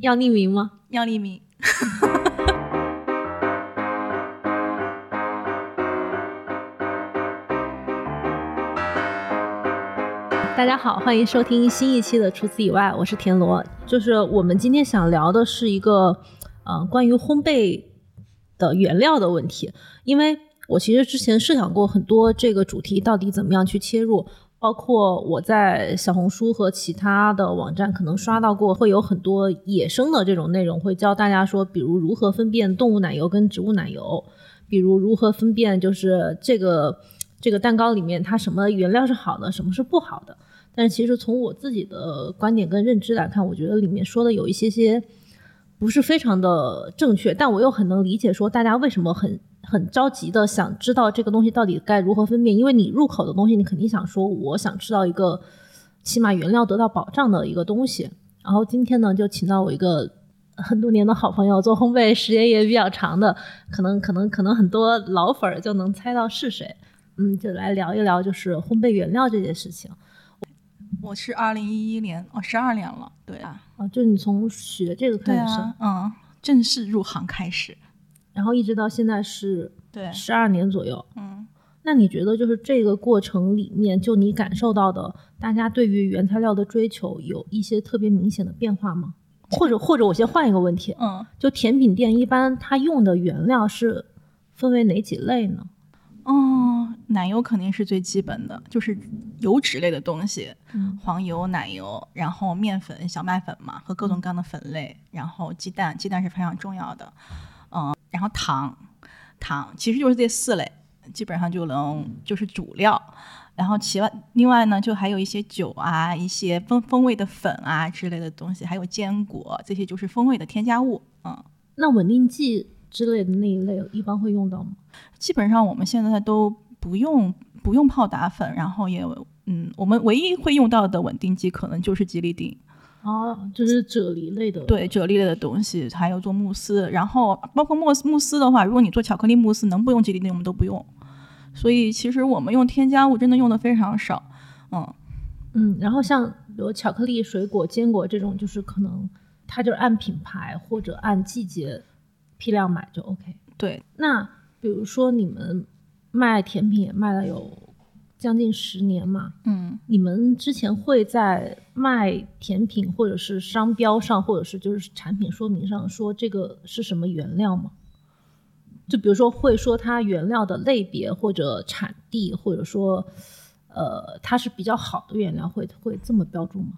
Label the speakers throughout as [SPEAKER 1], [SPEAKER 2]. [SPEAKER 1] 要匿名吗？
[SPEAKER 2] 要匿名。
[SPEAKER 1] 大家好，欢迎收听新一期的《除此以外》，我是田螺。就是我们今天想聊的是一个，呃，关于烘焙的原料的问题。因为我其实之前设想过很多这个主题到底怎么样去切入，包括我在小红书和其他的网站可能刷到过，会有很多野生的这种内容，会教大家说，比如如何分辨动物奶油跟植物奶油，比如如何分辨就是这个。这个蛋糕里面它什么原料是好的，什么是不好的？但是其实从我自己的观点跟认知来看，我觉得里面说的有一些些不是非常的正确，但我又很能理解说大家为什么很很着急的想知道这个东西到底该如何分辨，因为你入口的东西，你肯定想说我想吃到一个起码原料得到保障的一个东西。然后今天呢，就请到我一个很多年的好朋友，做烘焙时间也比较长的，可能可能可能很多老粉儿就能猜到是谁。嗯，就来聊一聊就是烘焙原料这件事情。
[SPEAKER 2] 我是二零一一年，哦，十二年了，对啊，
[SPEAKER 1] 啊，就是你从学这个开
[SPEAKER 2] 对
[SPEAKER 1] 始，
[SPEAKER 2] 啊，嗯，正式入行开始，
[SPEAKER 1] 然后一直到现在是
[SPEAKER 2] 对，
[SPEAKER 1] 十二年左右。
[SPEAKER 2] 嗯，
[SPEAKER 1] 那你觉得就是这个过程里面，就你感受到的，大家对于原材料的追求有一些特别明显的变化吗？或者或者我先换一个问题，
[SPEAKER 2] 嗯
[SPEAKER 1] 就甜品店一般它用的原料是分为哪几类呢？
[SPEAKER 2] 嗯，奶油肯定是最基本的，就是油脂类的东西，
[SPEAKER 1] 嗯
[SPEAKER 2] 黄油、奶油，然后面粉、小麦粉嘛，和各种各样的粉类，然后鸡蛋，鸡蛋是非常重要的，嗯，然后糖，糖其实就是这四类，基本上就能就是主料。然后其外，另外呢，就还有一些酒啊，一些风风味的粉啊之类的东西，还有坚果，这些就是风味的添加物。嗯，
[SPEAKER 1] 那稳定剂之类的那一类一般会用到吗？
[SPEAKER 2] 基本上我们现在都不用不用泡打粉，然后也嗯，我们唯一会用到的稳定剂可能就是吉利丁，
[SPEAKER 1] 哦，就是啫喱类的。
[SPEAKER 2] 对啫喱类的东西，还有做慕斯，然后包括慕斯慕斯的话，如果你做巧克力慕斯，能不用吉利丁我们都不用。所以其实我们用添加物真的用的非常少，嗯，
[SPEAKER 1] 嗯，然后像有巧克力、水果、坚果这种，就是可能它就是按品牌或者按季节批量买就 OK。
[SPEAKER 2] 对，
[SPEAKER 1] 那比如说你们卖甜品也卖了有将近十年嘛，
[SPEAKER 2] 嗯，
[SPEAKER 1] 你们之前会在卖甜品或者是商标上，或者是就是产品说明上说这个是什么原料吗？就比如说会说它原料的类别或者产地，或者说呃它是比较好的原料，会会这么标注吗？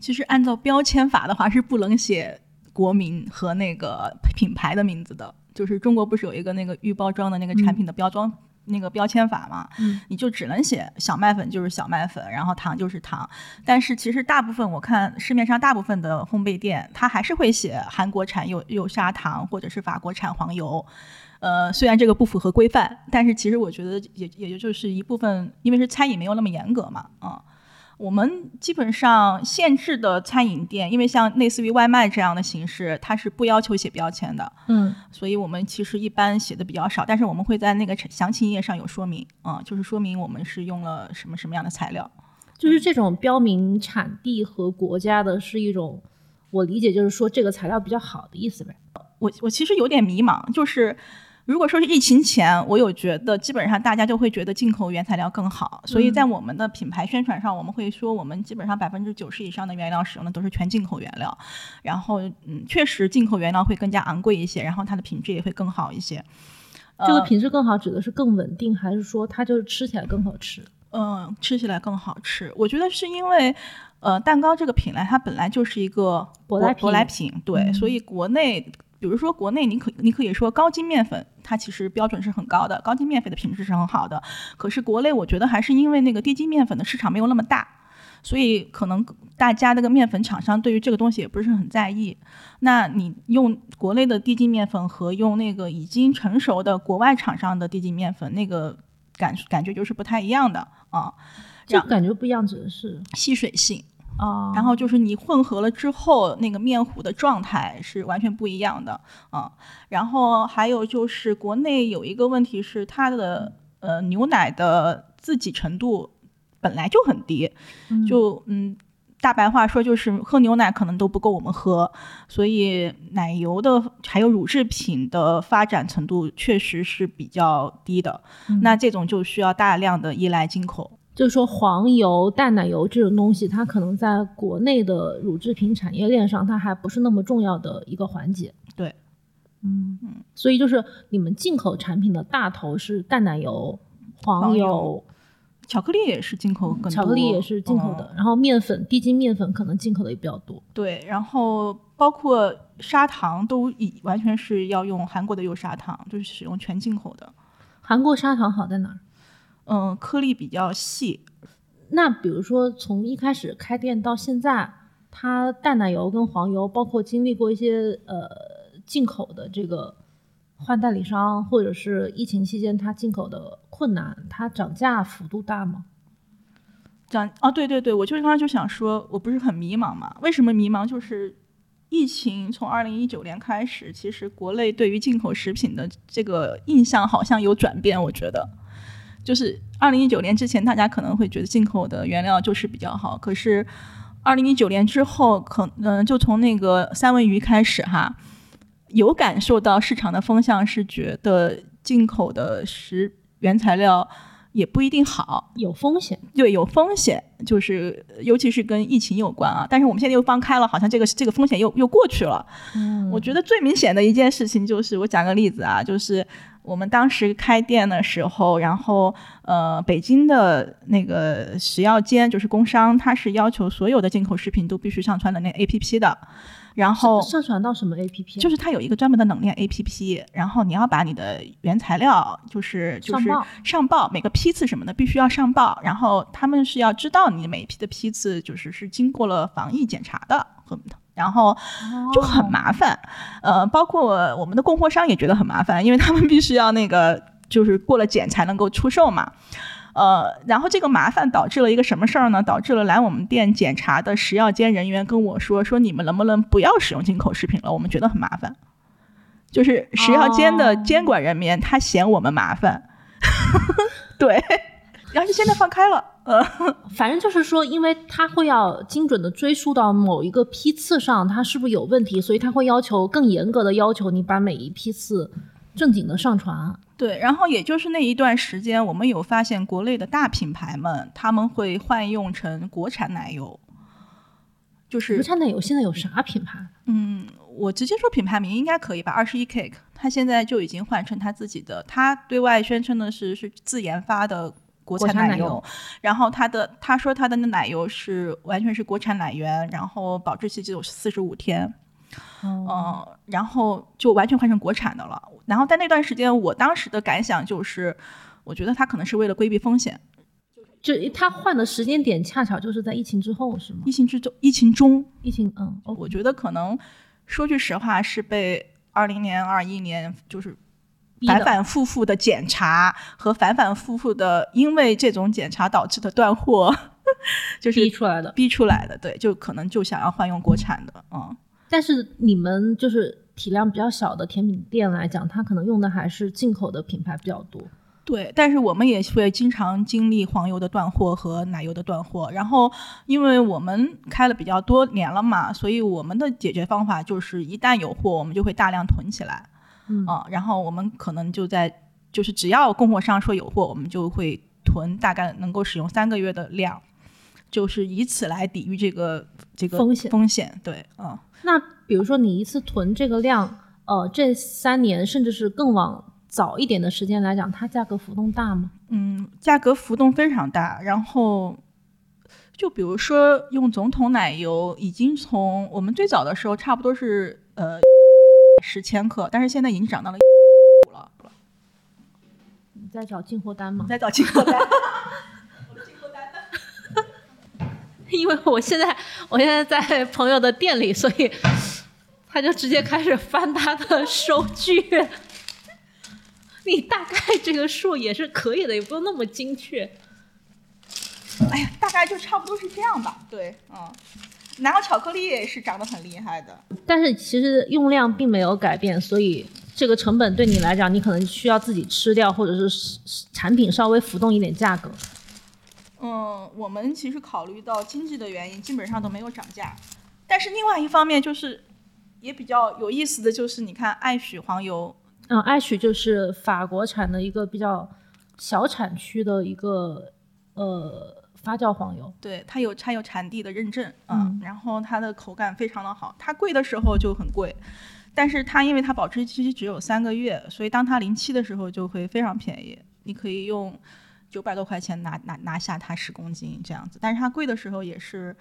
[SPEAKER 2] 其实按照标签法的话是不能写国民和那个品牌的名字的，就是中国不是有一个那个预包装的那个产品的标装、那个标签法嘛，
[SPEAKER 1] 嗯
[SPEAKER 2] 你就只能写小麦粉就是小麦粉，然后糖就是糖。但是其实大部分我看市面上大部分的烘焙店，它还是会写韩国产有有砂糖或者是法国产黄油。呃，虽然这个不符合规范，但是其实我觉得也也就是一部分，因为是餐饮没有那么严格嘛，啊、我们基本上限制的餐饮店，因为像类似于外卖这样的形式，它是不要求写标签的，
[SPEAKER 1] 嗯，
[SPEAKER 2] 所以我们其实一般写的比较少，但是我们会在那个详情页上有说明，啊、就是说明我们是用了什么什么样的材料。
[SPEAKER 1] 就是这种标明产地和国家的是一种，我理解就是说这个材料比较好的意思呗。
[SPEAKER 2] 我我其实有点迷茫，就是如果说是疫情前，我有觉得基本上大家就会觉得进口原材料更好，所以在我们的品牌宣传上，我们会说我们基本上百分之九十以上的原料使用的都是全进口原料，然后嗯，确实进口原料会更加昂贵一些，然后它的品质也会更好一些。
[SPEAKER 1] 这
[SPEAKER 2] 嗯
[SPEAKER 1] 个品质更好指的是更稳定，还是说它就是吃起来更好吃？
[SPEAKER 2] 嗯，吃起来更好吃。我觉得是因为，呃，蛋糕这个品类它本来就是一个
[SPEAKER 1] 舶来
[SPEAKER 2] 舶来品，对，
[SPEAKER 1] 嗯
[SPEAKER 2] 所以国内，比如说国内，你可你可以说高筋面粉，它其实标准是很高的，高筋面粉的品质是很好的。可是国内，我觉得还是因为那个低筋面粉的市场没有那么大，所以可能大家那个面粉厂商对于这个东西也不是很在意。那你用国内的低筋面粉和用那个已经成熟的国外厂商的低筋面粉，那个感感觉就是不太一样的啊，
[SPEAKER 1] 这个感觉不一样，指的是
[SPEAKER 2] 吸水性。
[SPEAKER 1] 啊，
[SPEAKER 2] 哦然后就是你混合了之后，那个面糊的状态是完全不一样的啊。然后还有就是国内有一个问题是它的呃牛奶的自给程度本来就很低，
[SPEAKER 1] 嗯
[SPEAKER 2] 就嗯，大白话说就是喝牛奶可能都不够我们喝，所以奶油的还有乳制品的发展程度确实是比较低的。
[SPEAKER 1] 嗯
[SPEAKER 2] 那这种就需要大量的依赖进口。
[SPEAKER 1] 就是说黄油、淡奶油这种东西，它可能在国内的乳制品产业链上，它还不是那么重要的一个环节。
[SPEAKER 2] 对，
[SPEAKER 1] 嗯
[SPEAKER 2] 嗯，
[SPEAKER 1] 所以就是你们进口产品的大头是淡奶油、黄
[SPEAKER 2] 黄
[SPEAKER 1] 油
[SPEAKER 2] 油、巧克力也是进口更
[SPEAKER 1] 嗯
[SPEAKER 2] 多，
[SPEAKER 1] 巧克力也是进口的，
[SPEAKER 2] 嗯
[SPEAKER 1] 然后面粉、低筋面粉可能进口的也比较多。
[SPEAKER 2] 对，然后包括砂糖都以完全是要用韩国的有砂糖，就是使用全进口的。
[SPEAKER 1] 韩国砂糖好在哪儿？
[SPEAKER 2] 嗯，颗粒比较细。
[SPEAKER 1] 那比如说从一开始开店到现在，它淡奶油跟黄油，包括经历过一些呃进口的这个换代理商，或者是疫情期间它进口的困难，它涨价幅度大吗？
[SPEAKER 2] 讲哦，对对对，我就是刚刚就想说，我不是很迷茫嘛？为什么迷茫？就是疫情从二零一九年开始，其实国内对于进口食品的这个印象好像有转变，我觉得。就是二零一九年之前，大家可能会觉得进口的原料就是比较好，可是二零一九年之后，可嗯、就从那个三文鱼开始哈，有感受到市场的风向是觉得进口的食原材料也不一定好，
[SPEAKER 1] 有风险，
[SPEAKER 2] 对，有风险，就是呃尤其是跟疫情有关啊。但是我们现在又放开了，好像这个这个风险又又过去了。
[SPEAKER 1] 嗯
[SPEAKER 2] 我觉得最明显的一件事情就是，我讲个例子啊，就是我们当时开店的时候，然后呃，北京的那个食药监就是工商，它是要求所有的进口食品都必须上传的那 A P P 的，然后
[SPEAKER 1] 上传到什么 APP？
[SPEAKER 2] 哦就是是它有一个专门的冷链 APP，然后你要把你的原材料就是就是
[SPEAKER 1] 上报
[SPEAKER 2] 上报每个批次什么的必须要上报，然后他们是要知道你每一批的批次就是是经过了防疫检查的和。然后
[SPEAKER 1] 哦
[SPEAKER 2] 就很麻烦，呃，包括我们的供货商也觉得很麻烦，因为他们必须要那个就是过了检才能够出售嘛，呃，然后这个麻烦导致了一个什么事儿呢？导致了来我们店检查的食药监人员跟我说，说你们能不能不要使用进口食品了？我们觉得很麻烦。就是食药监的
[SPEAKER 1] 哦
[SPEAKER 2] 监管人员，他嫌我们麻烦， 对， 然后现在放开了，呃，
[SPEAKER 1] 反正就是说，因为它会要精准的追溯到某一个批次上，它是不是有问题，所以它会要求更严格的要求你把每一批次正经的上传。
[SPEAKER 2] 对，然后也就是那一段时间，我们有发现国内的大品牌们他们会换用成国产奶油，就是
[SPEAKER 1] 国产奶油现在有啥品牌？
[SPEAKER 2] 嗯，我直接说品牌名应该可以吧？二十一 Cake，它现在就已经换成它自己的，它对外宣称的是是自研发的国
[SPEAKER 1] 国
[SPEAKER 2] 产
[SPEAKER 1] 产
[SPEAKER 2] 奶
[SPEAKER 1] 奶油
[SPEAKER 2] 然后它的他说它的那奶油是完全是国产奶源，然后保质期只有四十五天，嗯、然后就完全换成国产的了。然后在那段时间，我当时的感想就是，我觉得它可能是为了规避风险，
[SPEAKER 1] 就它换的时间点恰巧就是在疫情之后，是吗？
[SPEAKER 2] 疫情之中，疫情中
[SPEAKER 1] 疫情，嗯，哦
[SPEAKER 2] 我觉得可能说句实话是被二零年、二一年就是
[SPEAKER 1] 逼
[SPEAKER 2] 反
[SPEAKER 1] 的
[SPEAKER 2] 反复复的检查和反反复复的因为这种检查导致的断货， 就是
[SPEAKER 1] 逼出来的。
[SPEAKER 2] 逼出来的。对，就可能就想要换用国产的，嗯，
[SPEAKER 1] 但是你们就是体量比较小的甜品店来讲，它可能用的还是进口的品牌比较多。
[SPEAKER 2] 对。但是我们也会经常经历黄油的断货和奶油的断货。然后，因为我们开了比较多年了嘛，所以我们的解决方法就是一旦有货，我们就会大量囤起来。
[SPEAKER 1] 嗯，
[SPEAKER 2] 啊、然后我们可能就在就是只要供货商说有货，我们就会囤大概能够使用三个月的量，就是以此来抵御这个这个
[SPEAKER 1] 风险
[SPEAKER 2] 风险，对，嗯，
[SPEAKER 1] 那比如说你一次囤这个量，呃，这三年甚至是更往早一点的时间来讲，它价格浮动大吗？
[SPEAKER 2] 嗯，价格浮动非常大。然后，就比如说用总统奶油，已经从我们最早的时候差不多是呃十千克，但是现在已经涨到了五了。
[SPEAKER 1] 你在找进货单吗
[SPEAKER 2] 我？在找进口单，
[SPEAKER 1] 因为我现在我现在在朋友的店里，所以他就直接开始翻他的收据。你大概这个数也是可以的，也不用那么精确。
[SPEAKER 2] 哎呀， 大概就差不多是这样吧。对，嗯，然后巧克力也是涨得很厉害的。
[SPEAKER 1] 但是其实用量并没有改变，所以这个成本对你来讲，你可能需要自己吃掉，或者是是产品稍微浮动一点价格。
[SPEAKER 2] 嗯，我们其实考虑到经济的原因，基本上都没有涨价。但是另外一方面就是，也比较有意思的就是，你看爱许黄油，
[SPEAKER 1] 嗯，艾许就是法国产的一个比较小产区的一个呃发酵黄油，
[SPEAKER 2] 对它有它有产地的认证，
[SPEAKER 1] 嗯
[SPEAKER 2] 嗯，然后它的口感非常的好，它贵的时候就很贵，但是它因为它保质期只有三个月，所以当它临期的时候就会非常便宜，你可以用九百多块钱拿拿拿下它十公斤这样子，但是它贵的时候也是。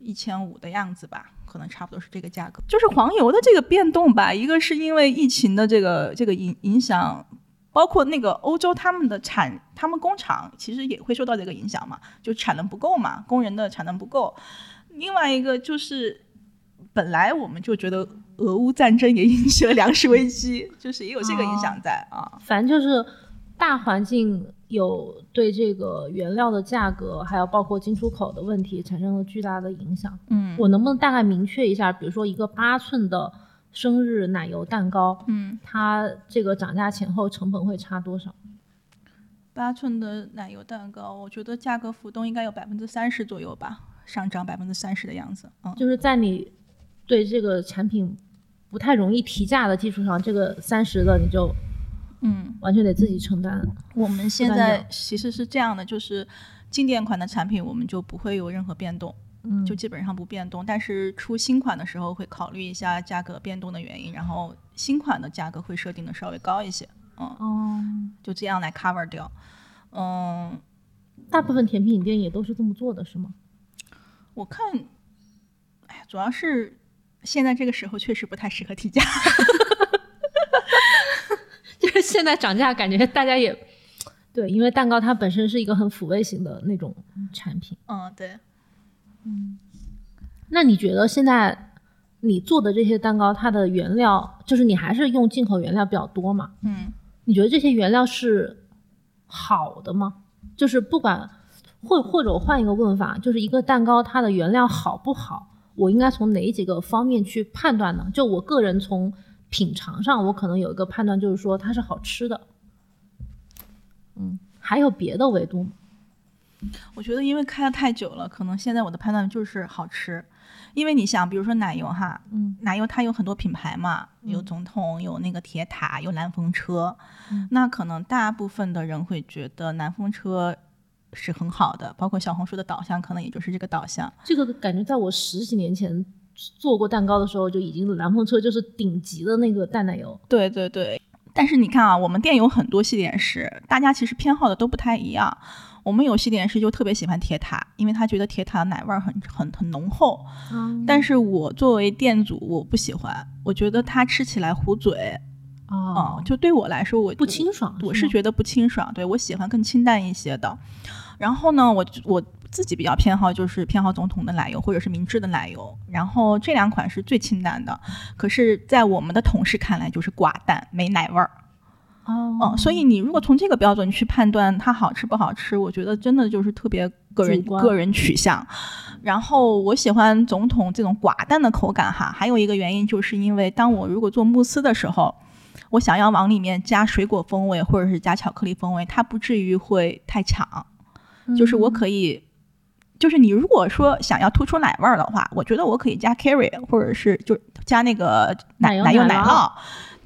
[SPEAKER 2] 一千五的样子吧，可能差不多是这个价格。就是黄油的这个变动吧，一个是因为疫情的这个这个影影响，包括那个欧洲他们的产，他们工厂其实也会受到这个影响嘛，就产能不够嘛，工人的产能不够。另外一个就是，本来我们就觉得俄乌战争也引起了粮食危机，就是也有这个影响在啊。
[SPEAKER 1] 反正就是大环境有对这个原料的价格，还有包括进出口的问题产生了巨大的影响。
[SPEAKER 2] 嗯
[SPEAKER 1] 我能不能大概明确一下，比如说一个八寸的生日奶油蛋糕，
[SPEAKER 2] 嗯，
[SPEAKER 1] 它这个涨价前后成本会差多少？
[SPEAKER 2] 八寸的奶油蛋糕，我觉得价格浮动应该有百分之三十左右吧，上涨百分之三十的样子。嗯，
[SPEAKER 1] 就是在你对这个产品不太容易提价的基础上，这个三十的你就
[SPEAKER 2] 嗯。
[SPEAKER 1] 完全得自己承担。
[SPEAKER 2] 我们现
[SPEAKER 1] 单
[SPEAKER 2] 在
[SPEAKER 1] 调
[SPEAKER 2] 其实是这样的，就是经典款的产品我们就不会有任何变动，
[SPEAKER 1] 嗯，
[SPEAKER 2] 就基本上不变动。但是出新款的时候会考虑一下价格变动的原因，然后新款的价格会设定的稍微高一些，
[SPEAKER 1] 哦，
[SPEAKER 2] 就这样来 cover 掉。嗯，
[SPEAKER 1] 大部分甜品店也都是这么做的，是吗？
[SPEAKER 2] 我看，哎，主要是现在这个时候确实不太适合提价。
[SPEAKER 1] 就是现在涨价，感觉大家也对，因为蛋糕它本身是一个很抚慰型的那种产品。
[SPEAKER 2] 嗯，对，
[SPEAKER 1] 那你觉得现在你做的这些蛋糕，它的原料就是你还是用进口原料比较多嘛？
[SPEAKER 2] 嗯。
[SPEAKER 1] 你觉得这些原料是好的吗？就是不管或或者我换一个问法，就是一个蛋糕它的原料好不好，我应该从哪几个方面去判断呢？就我个人从品尝上，我可能有一个判断，就是说它是好吃的。嗯，还有别的维度吗？
[SPEAKER 2] 我觉得因为开的太久了，可能现在我的判断就是好吃。因为你想，比如说奶油哈，
[SPEAKER 1] 嗯，
[SPEAKER 2] 奶油它有很多品牌嘛，有总统，有那个铁塔，有蓝风车。
[SPEAKER 1] 嗯
[SPEAKER 2] 那可能大部分的人会觉得蓝风车是很好的，包括小红书的导向，可能也就是这个导向。
[SPEAKER 1] 这个感觉在我十几年前做过蛋糕的时候，就已经蓝风车就是顶级的那个淡奶油。
[SPEAKER 2] 对对对。但是你看啊，我们店有很多西点师，大家其实偏好的都不太一样。我们有西点师就特别喜欢铁塔，因为他觉得铁塔的奶味儿很很很浓厚。
[SPEAKER 1] 嗯
[SPEAKER 2] 但是我作为店主，我不喜欢，我觉得它吃起来糊嘴，啊，
[SPEAKER 1] 哦，
[SPEAKER 2] 就对我来说，我
[SPEAKER 1] 不清爽
[SPEAKER 2] 我
[SPEAKER 1] 是
[SPEAKER 2] 是
[SPEAKER 1] 吗
[SPEAKER 2] 觉得不清爽，对我喜欢更清淡一些的。然后呢，我我自己比较偏好就是偏好总统的奶油或者是明治的奶油，然后这两款是最清淡的，可是，在我们的同事看来就是寡淡没奶味儿。
[SPEAKER 1] 哦
[SPEAKER 2] 嗯，所以你如果从这个标准去判断它好吃不好吃，我觉得真的就是特别个人
[SPEAKER 1] 主观
[SPEAKER 2] 个人取向。然后我喜欢总统这种寡淡的口感哈，还有一个原因就是因为当我如果做慕斯的时候，我想要往里面加水果风味或者是加巧克力风味，它不至于会太抢，就是
[SPEAKER 1] 嗯
[SPEAKER 2] 我可以。就是你如果说想要突出奶味儿的话，我觉得我可以加 carry，或者是就加那个
[SPEAKER 1] 奶
[SPEAKER 2] 奶
[SPEAKER 1] 油
[SPEAKER 2] 油
[SPEAKER 1] 奶
[SPEAKER 2] 奶
[SPEAKER 1] 酪
[SPEAKER 2] 酪，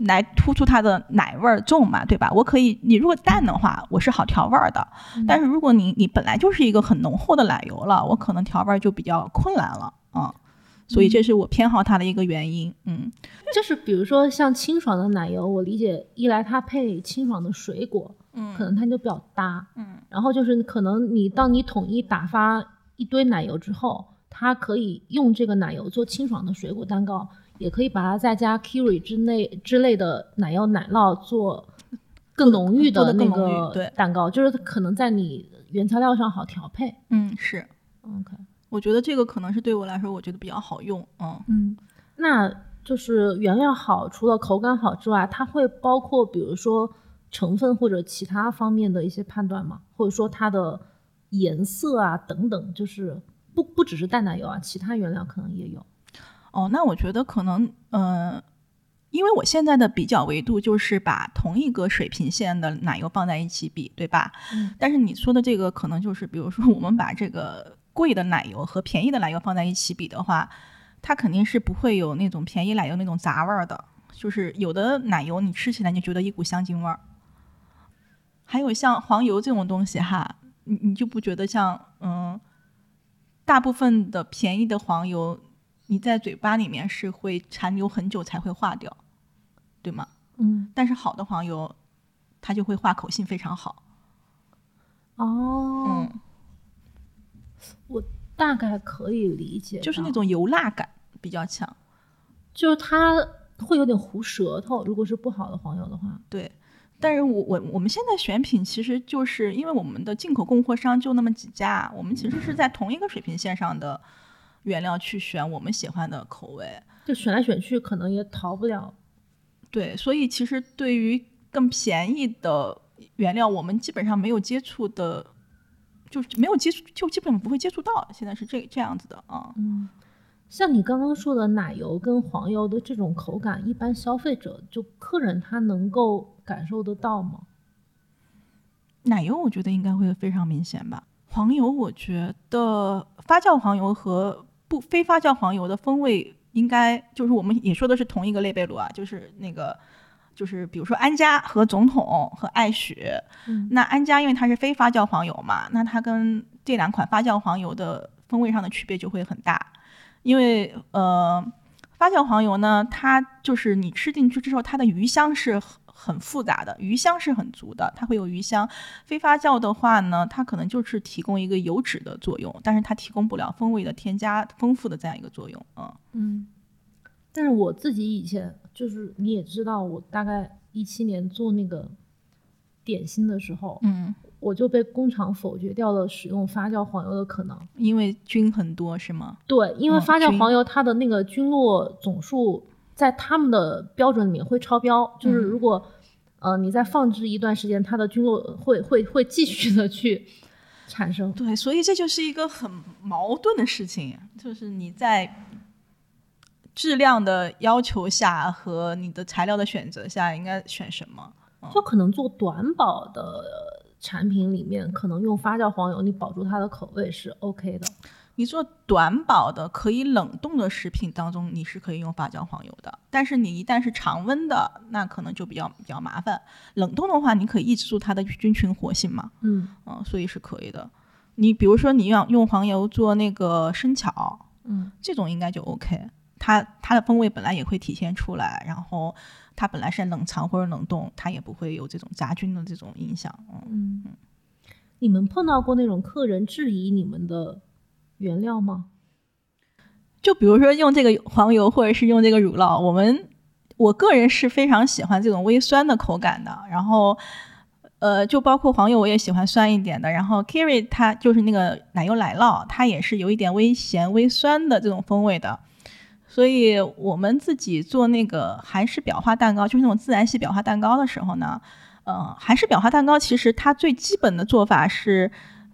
[SPEAKER 2] 来突出它的奶味儿重嘛，对吧？我可以，你如果淡的话，我是好调味儿的。
[SPEAKER 1] 嗯
[SPEAKER 2] 但是如果你你本来就是一个很浓厚的奶油了，我可能调味儿就比较困难了啊。所
[SPEAKER 1] 嗯
[SPEAKER 2] 以这是我偏好它的一个原因。嗯，
[SPEAKER 1] 就是比如说像清爽的奶油，我理解一来它配清爽的水果，
[SPEAKER 2] 嗯
[SPEAKER 1] 可能它就比较搭，
[SPEAKER 2] 嗯，
[SPEAKER 1] 然后就是可能你当你统一打发一堆奶油之后，它可以用这个奶油做清爽的水果蛋糕，也可以把它再加 kiri 之类之类的奶油奶酪做更浓郁
[SPEAKER 2] 做
[SPEAKER 1] 的
[SPEAKER 2] 得
[SPEAKER 1] 那
[SPEAKER 2] 更浓郁
[SPEAKER 1] 个
[SPEAKER 2] 对
[SPEAKER 1] 蛋糕，就是可能在你原材料上好调配。
[SPEAKER 2] 嗯，是，
[SPEAKER 1] OK，
[SPEAKER 2] 我觉得这个可能是对我来说，我觉得比较好用。嗯，
[SPEAKER 1] 嗯，那就是原料好，除了口感好之外，它会包括比如说成分或者其他方面的一些判断吗？或者说它的颜色啊等等，就是不不只是淡奶油啊，其他原料可能也有。
[SPEAKER 2] 哦，那我觉得可能，呃，因为我现在的比较维度就是把同一个水平线的奶油放在一起比，对吧？
[SPEAKER 1] 嗯
[SPEAKER 2] 但是你说的这个可能就是，比如说我们把这个贵的奶油和便宜的奶油放在一起比的话，它肯定是不会有那种便宜奶油那种杂味儿的。就是有的奶油你吃起来你就觉得一股香精味儿，还有像黄油这种东西哈，你你就不觉得像嗯，大部分的便宜的黄油，你在嘴巴里面是会残留很久才会化掉，对吗？
[SPEAKER 1] 嗯，
[SPEAKER 2] 但是好的黄油，它就会化口性非常好。
[SPEAKER 1] 哦，
[SPEAKER 2] 嗯，
[SPEAKER 1] 大概可以理解到，
[SPEAKER 2] 就是那种油辣感比较强。
[SPEAKER 1] 就是它会有点糊舌头，如果是不好的黄油的话，
[SPEAKER 2] 对，但是我我我们现在选品其实就是因为我们的进口供货商就那么几家，我们其实是在同一个水平线上的原料去选我们喜欢的口味。
[SPEAKER 1] 就选来选去可能也逃不了。
[SPEAKER 2] 对，所以其实对于更便宜的原料，我们基本上没有接触的。就是没有接触，就基本不会接触到。现在是这这样子的啊，
[SPEAKER 1] 嗯，像你刚刚说的奶油跟黄油的这种口感，一般消费者就客人他能够感受得到吗？
[SPEAKER 2] 奶油我觉得应该会非常明显吧。黄油我觉得发酵黄油和不非发酵黄油的风味应该就是我们也说的是同一个类贝鲁啊，就是那个就是比如说安佳和总统和爱许，
[SPEAKER 1] 嗯
[SPEAKER 2] 那安佳因为它是非发酵黄油嘛，那它跟这两款发酵黄油的风味上的区别就会很大，因为呃，发酵黄油呢，它就是你吃进去之后，它的余香是很很复杂的，余香是很足的，它会有余香。非发酵的话呢，它可能就是提供一个油脂的作用，但是它提供不了风味的添加丰富的这样一个作用，嗯。
[SPEAKER 1] 嗯，但是我自己以前就是你也知道，我大概一七年做那个点心的时候，
[SPEAKER 2] 嗯，
[SPEAKER 1] 我就被工厂否决掉了使用发酵黄油的可能。
[SPEAKER 2] 因为菌很多是吗？
[SPEAKER 1] 对，因为
[SPEAKER 2] 嗯
[SPEAKER 1] 发酵
[SPEAKER 2] 菌
[SPEAKER 1] 黄油它的那个菌落总数在他们的标准里面会超标，就是
[SPEAKER 2] 嗯
[SPEAKER 1] 如果、呃你再放置一段时间，它的菌落会会会继续的去产生。
[SPEAKER 2] 对，所以这就是一个很矛盾的事情，就是你在质量的要求下和你的材料的选择下，应该选什么？
[SPEAKER 1] 就可能做短保的产品里面，可能用发酵黄油，你保住它的口味是 OK 的。
[SPEAKER 2] 你做短保的可以冷冻的食品当中，你是可以用发酵黄油的，但是你一旦是常温的，那可能就比较比较麻烦。冷冻的话，你可以抑制住它的菌群活性嘛，
[SPEAKER 1] 嗯
[SPEAKER 2] 嗯，所以是可以的。你比如说，你要用黄油做那个生巧，
[SPEAKER 1] 嗯
[SPEAKER 2] 这种应该就 OK。它它的风味本来也会体现出来，然后它本来是冷藏或者冷冻，它也不会有这种杂菌的这种影响。嗯，
[SPEAKER 1] 嗯，你们碰到过那种客人质疑你们的原料吗？
[SPEAKER 2] 就比如说用这个黄油或者是用这个乳酪，我们我个人是非常喜欢这种微酸的口感的。然后，呃，就包括黄油我也喜欢酸一点的。然后 Kiri 它就是那个奶油奶酪，它也是有一点微咸微酸的这种风味的。所以我们自己做那个韩式裱花蛋糕，就是那种自然系裱花蛋糕的时候呢，呃，韩式裱花蛋糕其实它最基本的做法是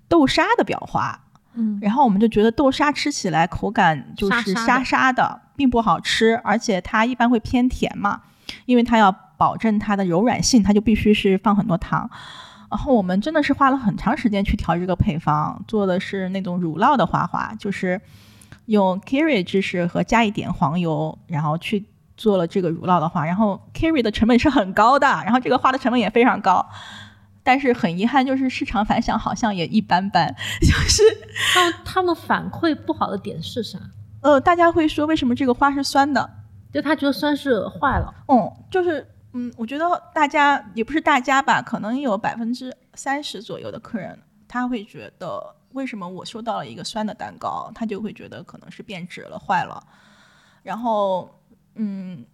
[SPEAKER 2] 豆沙的裱花，
[SPEAKER 1] 嗯
[SPEAKER 2] 然后我们就觉得豆沙吃起来口感就
[SPEAKER 1] 沙沙
[SPEAKER 2] 是
[SPEAKER 1] 的
[SPEAKER 2] 沙沙的，并不好吃，而且它一般会偏甜嘛，因为它要保证它的柔软性，它就必须是放很多糖。然后我们真的是花了很长时间去调这个配方，做的是那种乳酪的花花，就是用 Kiri 芝士和加一点黄油，然后去做了这个乳酪的花。然后 Kiri 的成本是很高的，然后这个花的成本也非常高，但是很遗憾，就是市场反响好像也一般般，就是
[SPEAKER 1] 他们他们反馈不好的点是啥？
[SPEAKER 2] 呃，大家会说为什么这个花是酸的？
[SPEAKER 1] 就他觉得酸是坏了。
[SPEAKER 2] 嗯，就是嗯，我觉得大家也不是大家吧，可能有百分之三十左右的客人他会觉得为什么我收到了一个酸的蛋糕，他就会觉得可能是变质了、坏了。然后嗯，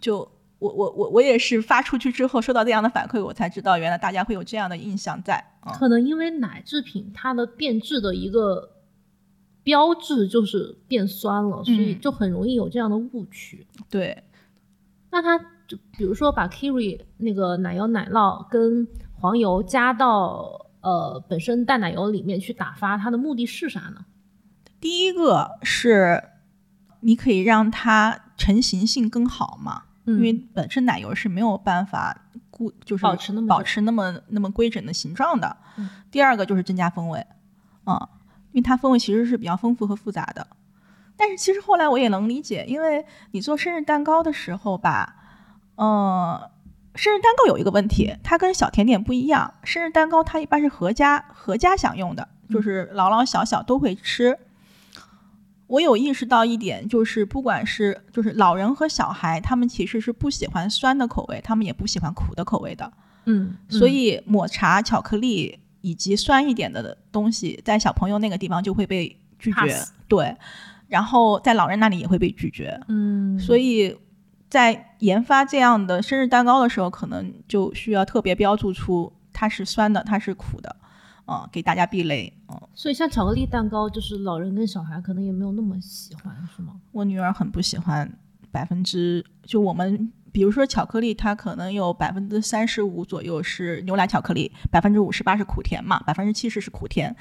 [SPEAKER 2] 就我我我我也是发出去之后收到这样的反馈，我才知道原来大家会有这样的印象在。嗯、
[SPEAKER 1] 可能因为奶制品它的变质的一个标志就是变酸了，所以
[SPEAKER 2] 嗯
[SPEAKER 1] 就很容易有这样的误区。
[SPEAKER 2] 对，
[SPEAKER 1] 那它就比如说把 Kiri 那个奶油奶酪跟黄油加到呃本身淡奶油里面去打发，它的目的是啥呢？
[SPEAKER 2] 第一个是你可以让它成型性更好嘛。
[SPEAKER 1] 嗯
[SPEAKER 2] 因为本身奶油是没有办法固就是
[SPEAKER 1] 保持那么
[SPEAKER 2] 保持那么那么规整的形状的。
[SPEAKER 1] 嗯
[SPEAKER 2] 第二个就是增加风味，啊、因为它风味其实是比较丰富和复杂的。但是其实后来我也能理解，因为你做生日蛋糕的时候吧，呃，生日蛋糕有一个问题，它跟小甜点不一样。生日蛋糕它一般是合家合家享用的，
[SPEAKER 1] 嗯
[SPEAKER 2] 就是老老小小都会吃。我有意识到一点，就是不管是就是老人和小孩，他们其实是不喜欢酸的口味，他们也不喜欢苦的口味的。
[SPEAKER 1] 嗯，
[SPEAKER 2] 所以抹茶、巧克力以及酸一点的东西，在小朋友那个地方就会被拒绝
[SPEAKER 1] Pass，
[SPEAKER 2] 对，然后在老人那里也会被拒绝，
[SPEAKER 1] 嗯，
[SPEAKER 2] 所以在研发这样的生日蛋糕的时候，可能就需要特别标注出它是酸的，它是苦的，嗯、给大家避雷。嗯，
[SPEAKER 1] 所以像巧克力蛋糕，就是老人跟小孩可能也没有那么喜欢，是吗？
[SPEAKER 2] 我女儿很不喜欢百分之，就我们比如说巧克力，它可能有百分之三十五左右是牛奶巧克力，百分之五十八是苦甜嘛，百分之七十是苦甜，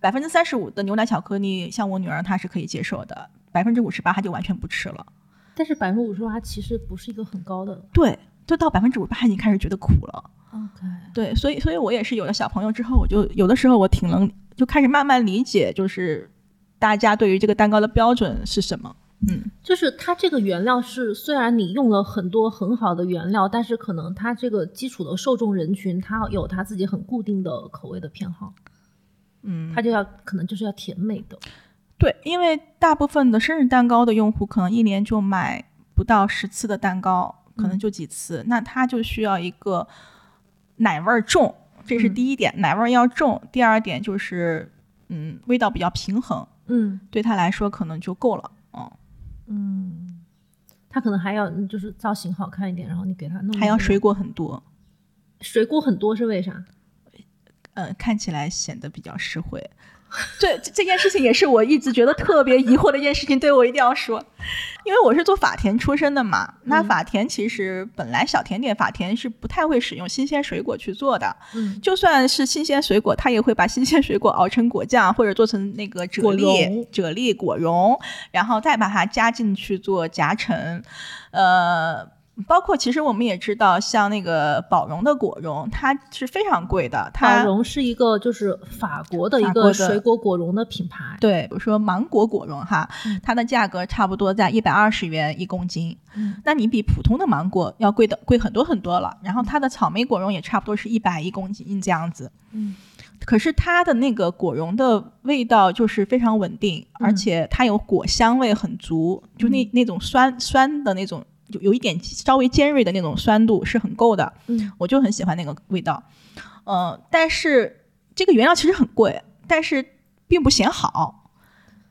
[SPEAKER 2] 百分之三十五的牛奶巧克力，像我女儿她是可以接受的，百分之五十八她就完全不吃了。
[SPEAKER 1] 但是百分之五十八其实不是一个很高的。
[SPEAKER 2] 对，就到百分之五十八已经开始觉得苦了。
[SPEAKER 1] OK，
[SPEAKER 2] 对，所以所以我也是有了小朋友之后，我就有的时候我挺能就开始慢慢理解，就是大家对于这个蛋糕的标准是什么。嗯。
[SPEAKER 1] 就是它这个原料是，虽然你用了很多很好的原料，但是可能它这个基础的受众人群，它有它自己很固定的口味的偏好，
[SPEAKER 2] 嗯，
[SPEAKER 1] 它就要可能就是要甜美的。
[SPEAKER 2] 对，因为大部分的生日蛋糕的用户可能一年就买不到十次的蛋糕，可能
[SPEAKER 1] 嗯
[SPEAKER 2] 就几次，那他就需要一个奶味儿重，这是
[SPEAKER 1] 嗯
[SPEAKER 2] 第一点，奶味儿要重。第二点就是，嗯，味道比较平衡，
[SPEAKER 1] 嗯
[SPEAKER 2] 对他来说可能就够了。嗯，
[SPEAKER 1] 嗯，它可能还要嗯就是造型好看一点，然后你给它弄
[SPEAKER 2] 还要
[SPEAKER 1] 一个
[SPEAKER 2] 水果很多，
[SPEAKER 1] 水果很多是为啥？
[SPEAKER 2] 嗯，看起来显得比较实惠。 对这这件事情也是我一直觉得特别疑惑的一件事情，对我一定要说，因为我是做法甜出身的嘛。那
[SPEAKER 1] 嗯
[SPEAKER 2] 法甜其实本来小甜点法甜是不太会使用新鲜水果去做的，
[SPEAKER 1] 嗯，
[SPEAKER 2] 就算是新鲜水果，它也会把新鲜水果熬成果酱，或者做成那个啫
[SPEAKER 1] 果
[SPEAKER 2] 喱
[SPEAKER 1] 蓉、
[SPEAKER 2] 啫喱果蓉，然后再把它加进去做夹层。呃，包括其实我们也知道，像那个宝蓉的果蓉，它是非常贵的，它
[SPEAKER 1] 法蓉是一个就是法国的一
[SPEAKER 2] 法国
[SPEAKER 1] 个
[SPEAKER 2] 的
[SPEAKER 1] 水果果蓉的品牌。
[SPEAKER 2] 对，比如说芒果果蓉哈，
[SPEAKER 1] 嗯
[SPEAKER 2] 它的价格差不多在一百二十元一公斤，
[SPEAKER 1] 嗯
[SPEAKER 2] 那你比普通的芒果要贵的贵很多很多了。然后它的草莓果蓉也差不多是一百一公斤这样子，
[SPEAKER 1] 嗯
[SPEAKER 2] 可是它的那个果蓉的味道就是非常稳定，而
[SPEAKER 1] 嗯
[SPEAKER 2] 且它有果香味很足，就那那种酸酸的那种，有有一点稍微尖锐的那种酸度是很够的，
[SPEAKER 1] 嗯
[SPEAKER 2] 我就很喜欢那个味道。呃，但是这个原料其实很贵，但是并不显好，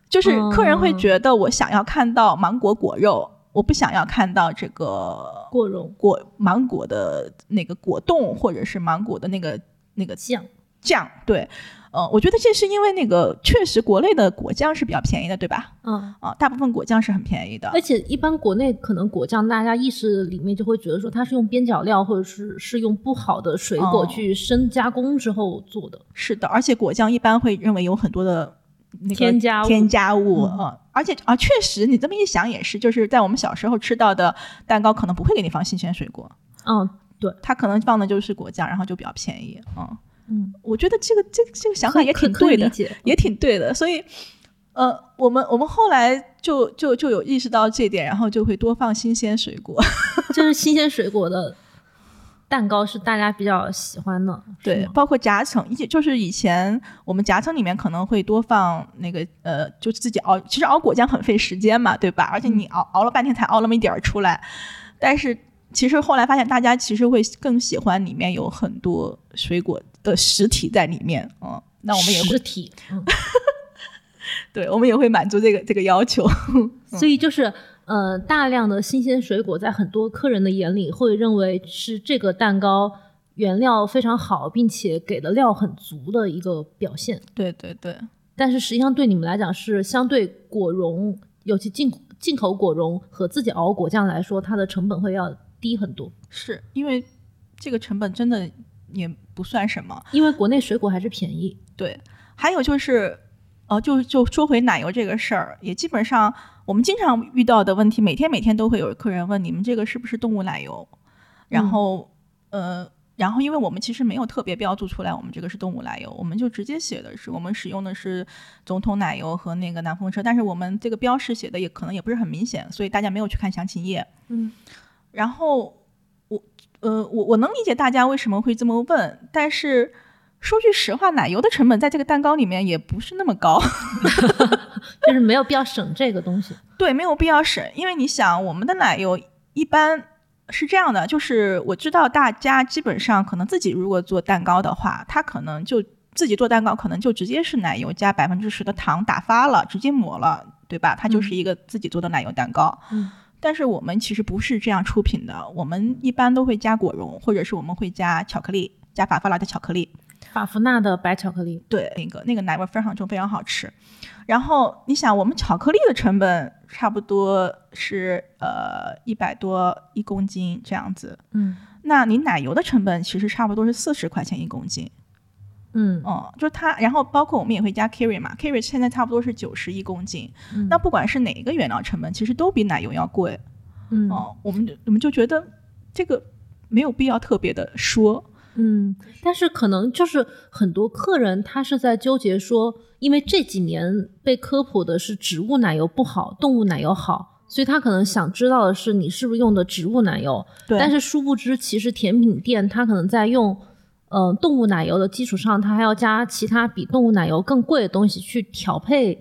[SPEAKER 2] 就是客人会
[SPEAKER 1] 嗯
[SPEAKER 2] 觉得我想要看到芒果果肉，我不想要看到这个
[SPEAKER 1] 果蓉
[SPEAKER 2] 果芒果的那个果冻或者是芒果的那个那个
[SPEAKER 1] 酱，
[SPEAKER 2] 酱，对，呃，我觉得这是因为那个确实国内的果酱是比较便宜的，对吧？
[SPEAKER 1] 嗯，
[SPEAKER 2] 啊、大部分果酱是很便宜的
[SPEAKER 1] 而，且一般国内可能果酱，大家意识里面就会觉得说它是用边角料或者是是用不好的水果
[SPEAKER 2] 哦
[SPEAKER 1] 去深加工之后做的。
[SPEAKER 2] 是的，而且果酱一般会认为有很多的。那个
[SPEAKER 1] 添加物
[SPEAKER 2] 添加物，
[SPEAKER 1] 嗯
[SPEAKER 2] 呃而且啊，确实，你这么一想也是，就是在我们小时候吃到的蛋糕，可能不会给你放新鲜水果，
[SPEAKER 1] 嗯
[SPEAKER 2] 它可能放的就是果酱，然后就比较便宜。嗯，
[SPEAKER 1] 嗯，
[SPEAKER 2] 我觉得这个这个、这个想法也
[SPEAKER 1] 可
[SPEAKER 2] 挺对
[SPEAKER 1] 可以
[SPEAKER 2] 的
[SPEAKER 1] 理，解。嗯
[SPEAKER 2] 也挺对的。所以，呃，我们我们后来就就就有意识到这点，然后就会多放新鲜水果。
[SPEAKER 1] 就是新鲜水果的蛋糕是大家比较喜欢的。是
[SPEAKER 2] 对
[SPEAKER 1] 吗，
[SPEAKER 2] 包括夹层，一就是以前我们夹层里面可能会多放那个呃，就是自己熬，其实熬果酱很费时间嘛，对吧？而且你熬、熬了半天才熬那么一点儿出来，但是其实后来发现大家其实会更喜欢里面有很多水果的实体在里面，嗯，那我们也
[SPEAKER 1] 实
[SPEAKER 2] 会
[SPEAKER 1] 体， 嗯，
[SPEAKER 2] 对，我们也会满足这个这个要求，嗯
[SPEAKER 1] 所以就是呃，大量的新鲜水果在很多客人的眼里会认为是这个蛋糕原料非常好，并且给的料很足的一个表现。
[SPEAKER 2] 对对对，
[SPEAKER 1] 但是实际上对你们来讲是相对果蓉，尤其进进口果蓉和自己熬果酱来说，它的成本会要低很多，
[SPEAKER 2] 是因为这个成本真的也不算什么，
[SPEAKER 1] 因为国内水果还是便宜。
[SPEAKER 2] 对，还有就是，呃，就就说回奶油这个事儿，也基本上我们经常遇到的问题，每天每天都会有客人问你们这个是不是动物奶油，然后、呃，然后因为我们其实没有特别标注出来我们这个是动物奶油，我们就直接写的是我们使用的是总统奶油和那个南风车，但是我们这个标识写的也可能也不是很明显，所以大家没有去看详情页。
[SPEAKER 1] 嗯，
[SPEAKER 2] 然后我呃我我能理解大家为什么会这么问，但是说句实话，奶油的成本在这个蛋糕里面也不是那么高，
[SPEAKER 1] 就是没有必要省这个 东西。
[SPEAKER 2] 对，没有必要省，因为你想我们的奶油一般。是这样的，就是我知道大家基本上可能自己如果做蛋糕的话，他可能就自己做蛋糕，可能就直接是奶油加百分之十的糖打发了，直接抹了，对吧？它就是一个自己做的奶油蛋糕。
[SPEAKER 1] 嗯
[SPEAKER 2] 但是我们其实不是这样出品的，我们一般都会加果蓉，或者是我们会加巧克力，加法夫拉的巧克力。
[SPEAKER 1] 法芙娜的白巧克力，
[SPEAKER 2] 对，那个那个奶味儿非常重，非常好吃。然后你想，我们巧克力的成本差不多是呃一百多一公斤这样子，
[SPEAKER 1] 嗯
[SPEAKER 2] 那你奶油的成本其实差不多是四十块钱一公斤，
[SPEAKER 1] 嗯
[SPEAKER 2] 嗯，就是它，然后包括我们也会加 carry 嘛，carry 现在差不多是九十一公斤，
[SPEAKER 1] 嗯
[SPEAKER 2] 那不管是哪一个原料成本，其实都比奶油要贵，
[SPEAKER 1] 嗯
[SPEAKER 2] 哦、我们就我们就觉得这个没有必要特别的说，
[SPEAKER 1] 嗯，但是可能就是很多客人他是在纠结说，因为这几年被科普的是植物奶油不好，动物奶油好，所以他可能想知道的是你是不是用的植物奶油。
[SPEAKER 2] 对
[SPEAKER 1] 但是殊不知，其实甜品店它可能在用呃动物奶油的基础上，它还要加其他比动物奶油更贵的东西去调配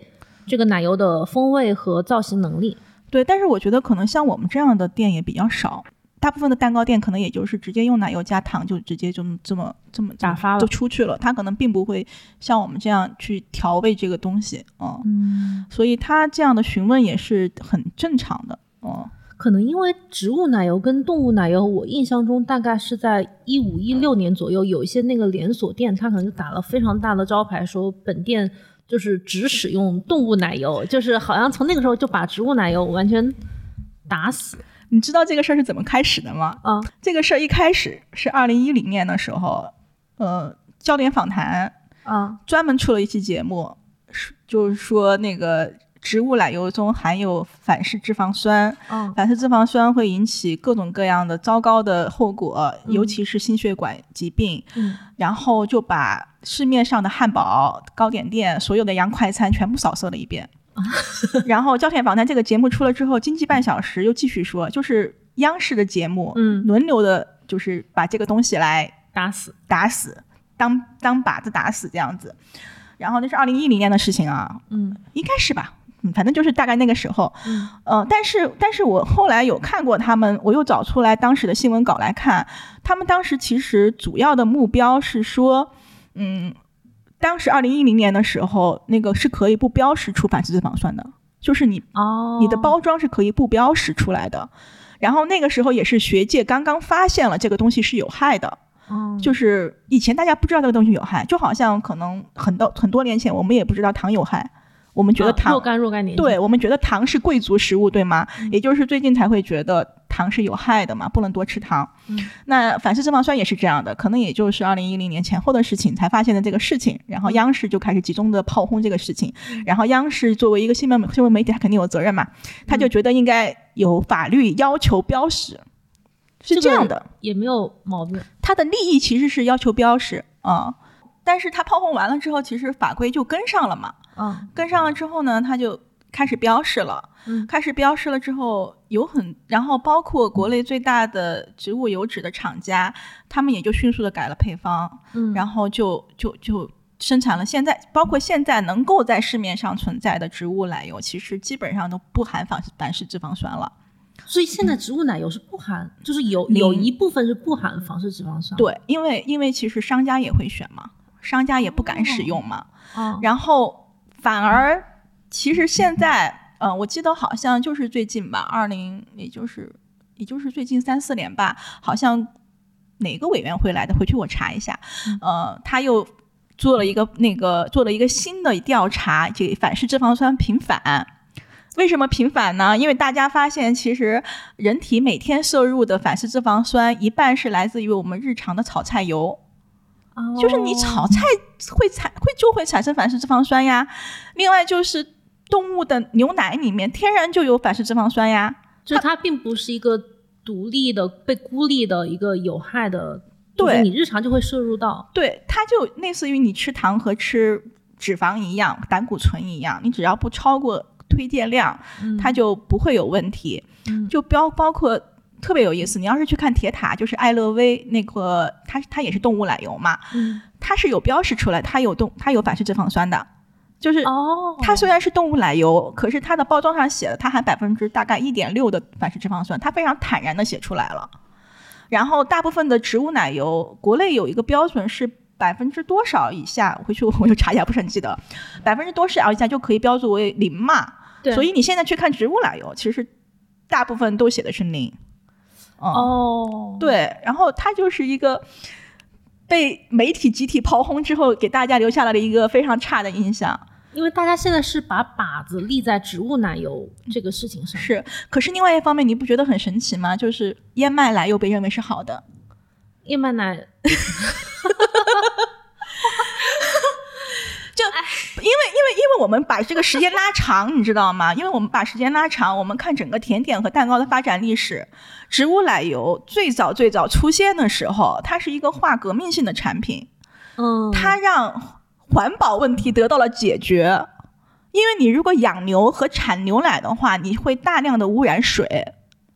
[SPEAKER 1] 这个奶油的风味和造型能力。
[SPEAKER 2] 对，但是我觉得可能像我们这样的店也比较少，大部分的蛋糕店可能也就是直接用奶油加糖就直接就这么这么这么
[SPEAKER 1] 打发了
[SPEAKER 2] 就出去了，它可能并不会像我们这样去调味这个东西，嗯，
[SPEAKER 1] 嗯，
[SPEAKER 2] 所以他这样的询问也是很正常的，哦、
[SPEAKER 1] 可能因为植物奶油跟动物奶油，我印象中大概是在一五一六年左右，有一些那个连锁店，它可能就打了非常大的招牌，说本店就是只使用动物奶油，就是好像从那个时候就把植物奶油完全打死
[SPEAKER 2] 你知道这个事儿是怎么开始的吗？
[SPEAKER 1] 啊。
[SPEAKER 2] 这个事儿一开始是二零一零年的时候，呃，焦点访谈
[SPEAKER 1] 啊，
[SPEAKER 2] 专门出了一期节目，是就是说那个植物奶油中含有反式脂肪酸，
[SPEAKER 1] 嗯
[SPEAKER 2] 反式脂肪酸会引起各种各样的糟糕的后果，
[SPEAKER 1] 嗯
[SPEAKER 2] 尤其是心血管疾病。
[SPEAKER 1] 嗯
[SPEAKER 2] 然后就把市面上的汉堡、糕点店所有的洋快餐全部扫射了一遍。 然后《焦点访谈》这个节目出了之后，经济半小时又继续说，就是央视的节目，
[SPEAKER 1] 嗯，
[SPEAKER 2] 轮流的，就是把这个东西来
[SPEAKER 1] 打死。
[SPEAKER 2] 打死，当当靶子打死这样子。然后那是二零一零年的事情啊，
[SPEAKER 1] 嗯
[SPEAKER 2] 应该是吧，嗯，反正就是大概那个时候。
[SPEAKER 1] 嗯
[SPEAKER 2] 呃，但是但是我后来有看过他们，我又找出来当时的新闻稿来看，他们当时其实主要的目标是说，嗯，当时二零一零年的时候，那个是可以不标识出反式脂肪酸的，就是你
[SPEAKER 1] 哦，
[SPEAKER 2] 你的包装是可以不标识出来的。然后那个时候也是学界刚刚发现了这个东西是有害的，
[SPEAKER 1] 嗯
[SPEAKER 2] 就是以前大家不知道这个东西有害，就好像可能很多很多年前我们也不知道糖有害，我们觉得
[SPEAKER 1] 啊
[SPEAKER 2] 糖
[SPEAKER 1] 若干若干年纪
[SPEAKER 2] 对，我们觉得糖是贵族食物，对吗？也就是最近才会觉得糖是有害的嘛，不能多吃糖。
[SPEAKER 1] 嗯
[SPEAKER 2] 那反式脂肪酸也是这样的，可能也就是二零一零年前后的事情才发现的这个事情，然
[SPEAKER 1] 嗯
[SPEAKER 2] 后央视就开始集中的炮轰这个事情，然后央视作为一个新闻新闻媒体，它肯定有责任嘛，他
[SPEAKER 1] 嗯
[SPEAKER 2] 就觉得应该有法律要求标识，是
[SPEAKER 1] 这
[SPEAKER 2] 这
[SPEAKER 1] 个
[SPEAKER 2] 样的。
[SPEAKER 1] 也没有毛病。
[SPEAKER 2] 它的利益其实是要求标识啊、但是它炮轰完了之后，其实法规就跟上了嘛。
[SPEAKER 1] 嗯
[SPEAKER 2] 跟上了之后呢，它就开始标示了。
[SPEAKER 1] 嗯
[SPEAKER 2] 开始标示了之后，有很，然后包括国内最大的植物油脂的厂家，他们也就迅速的改了配方，
[SPEAKER 1] 嗯，
[SPEAKER 2] 然后就就就生产了现在，包括现在能够在市面上存在的植物奶油，其实基本上都不含反反式脂肪酸了。
[SPEAKER 1] 所以现在植物奶油是不含，就是有有
[SPEAKER 2] 零
[SPEAKER 1] 一部分是不含房式脂肪酸。，
[SPEAKER 2] 对，因为因为其实商家也会选嘛，商家也不敢使用嘛，
[SPEAKER 1] 哦，
[SPEAKER 2] 然后反而其实现在，呃，我记得好像就是最近吧，二零也就是也就是最近三四年吧，好像哪个委员会来的，回去我查一下，呃，他又。做了一个那个做了一个新的调查，这反式脂肪酸平反，为什么平反呢？因为大家发现，其实人体每天摄入的反式脂肪酸一半是来自于我们日常的炒菜油，
[SPEAKER 1] 哦
[SPEAKER 2] 就是你炒菜会产会就会产生反式脂肪酸呀。另外就是动物的牛奶里面天然就有反式脂肪酸呀。
[SPEAKER 1] 就是它并不是一个独立的、被孤立的一个有害的，就是
[SPEAKER 2] 对
[SPEAKER 1] 你日常就会摄入到。
[SPEAKER 2] 对，它就类似于你吃糖和吃脂肪一样，胆固醇一样，你只要不超过推荐量，它就不会有问题。
[SPEAKER 1] 嗯
[SPEAKER 2] 就包包括特别有意思，你要是去看铁塔，就是爱乐威那个，它它也是动物奶油嘛，
[SPEAKER 1] 嗯
[SPEAKER 2] 它是有标识出来，它有动它有反式脂肪酸的，就是。
[SPEAKER 1] 哦，
[SPEAKER 2] 它虽然是动物奶油，可是它的包装上写了它含百分之大概一点六的反式脂肪酸，它非常坦然的写出来了。然后大部分的植物奶油，国内有一个标准是百分之多少以下，回去我又查一下，不是很记得，百分之多少以下就可以标注为零嘛。
[SPEAKER 1] 对
[SPEAKER 2] 所以你现在去看植物奶油，其实大部分都写的是零。嗯、，
[SPEAKER 1] 哦，，
[SPEAKER 2] 对，然后它就是一个被媒体集体炮轰之后，给大家留下来的一个非常差的印象。
[SPEAKER 1] 因为大家现在是把靶子立在植物奶油这个事情上，
[SPEAKER 2] 是，可是另外一方面，你不觉得很神奇吗？就是燕麦奶又被认为是好的，
[SPEAKER 1] 燕麦奶
[SPEAKER 2] 因为因为因为我们把这个时间拉长，你知道吗？因为我们把时间拉长，我们看整个甜点和蛋糕的发展历史，植物奶油最早最早出现的时候，它是一个化革命性的产品，
[SPEAKER 1] 嗯，
[SPEAKER 2] 它让环保问题得到了解决。因为你如果养牛和产牛奶的话，你会大量的污染水，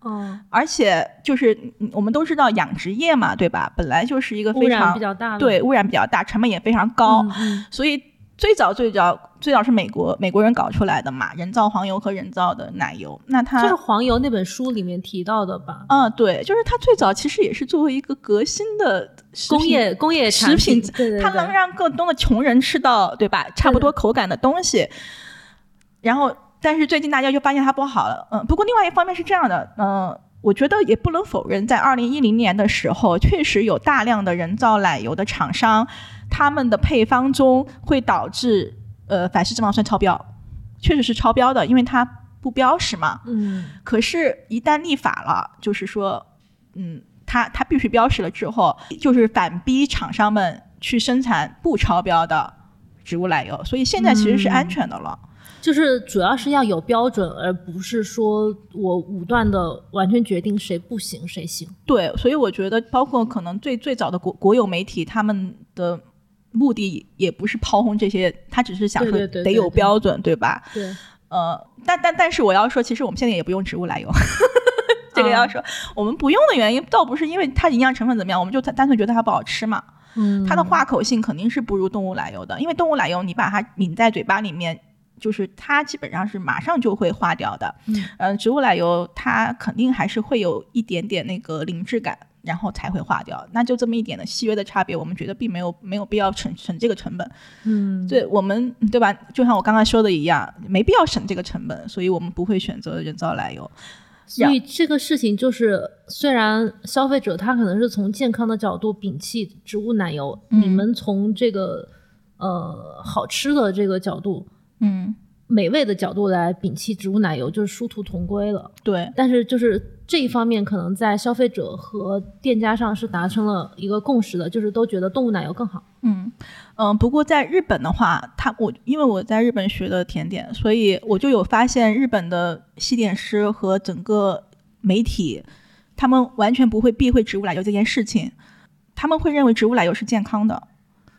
[SPEAKER 1] 嗯
[SPEAKER 2] 而且就是嗯我们都知道养殖业嘛，对吧？本来就是一个
[SPEAKER 1] 污
[SPEAKER 2] 非
[SPEAKER 1] 染
[SPEAKER 2] 常
[SPEAKER 1] 比较大的，
[SPEAKER 2] 对污染比较大，成本也非常高，
[SPEAKER 1] 嗯，嗯
[SPEAKER 2] 所以最早最早最早是美国美国人搞出来的嘛，人造黄油和人造的奶油。那它
[SPEAKER 1] 就是黄油那本书里面提到的吧，
[SPEAKER 2] 嗯，对，就是它最早其实也是作为一个革新的食品
[SPEAKER 1] 工业工业产
[SPEAKER 2] 食品
[SPEAKER 1] 对对
[SPEAKER 2] 它能让更多的穷人吃到，对吧？差不多口感的东西。然后，但是最近大家就发现它不好了。嗯，不过另外一方面是这样的，嗯，我觉得也不能否认，在二零一零年的时候，确实有大量的人造奶油的厂商，他们的配方中会导致呃反式脂肪酸超标，确实是超标的，因为它不标识嘛。
[SPEAKER 1] 嗯
[SPEAKER 2] 可是，一旦立法了，就是说，嗯，它它必须标识了之后，就是反逼厂商们去生产不超标的植物奶油，所以现在其实是安全的了。
[SPEAKER 1] 嗯就是主要是要有标准，而不是说我武断的完全决定谁不行谁行。
[SPEAKER 2] 对，所以我觉得，包括可能最最早的国国有媒体，他们的目的也不是炮轰这些，他只是想说
[SPEAKER 1] 对对对对
[SPEAKER 2] 得有标准，对吧？
[SPEAKER 1] 对，
[SPEAKER 2] 呃，但但但是我要说，其实我们现在也不用植物奶油， 这个
[SPEAKER 1] 啊
[SPEAKER 2] 要说、我们不用的原因，倒不是因为它营养成分怎么样，我们就单单纯觉得它不好吃嘛。
[SPEAKER 1] 嗯，
[SPEAKER 2] 它的化口性肯定是不如动物奶油的，因为动物奶油你把它抿在嘴巴里面，就是它基本上是马上就会化掉的。
[SPEAKER 1] 嗯
[SPEAKER 2] 呃植物奶油它肯定还是会有一点点那个灵质感，然后才会化掉。那就这么一点的细微的差别，我们觉得并没有没有必要省省这个成本。
[SPEAKER 1] 嗯，
[SPEAKER 2] 对我们对吧？就像我刚刚说的一样，没必要省这个成本，所以我们不会选择人造奶油。
[SPEAKER 1] 所以这个事情就是，虽然消费者他可能是从健康的角度摒弃植物奶油，
[SPEAKER 2] 嗯
[SPEAKER 1] 你们从这个呃好吃的这个角度、
[SPEAKER 2] 嗯，
[SPEAKER 1] 美味的角度来摒弃植物奶油，就是殊途同归了。
[SPEAKER 2] 对。
[SPEAKER 1] 但是就是这一方面，可能在消费者和店家上是达成了一个共识的，就是都觉得动物奶油更好。
[SPEAKER 2] 嗯嗯，不过在日本的话，他我因为我在日本学的甜点，所以我就有发现日本的西点师和整个媒体，他们完全不会避讳植物奶油这件事情，他们会认为植物奶油是健康的，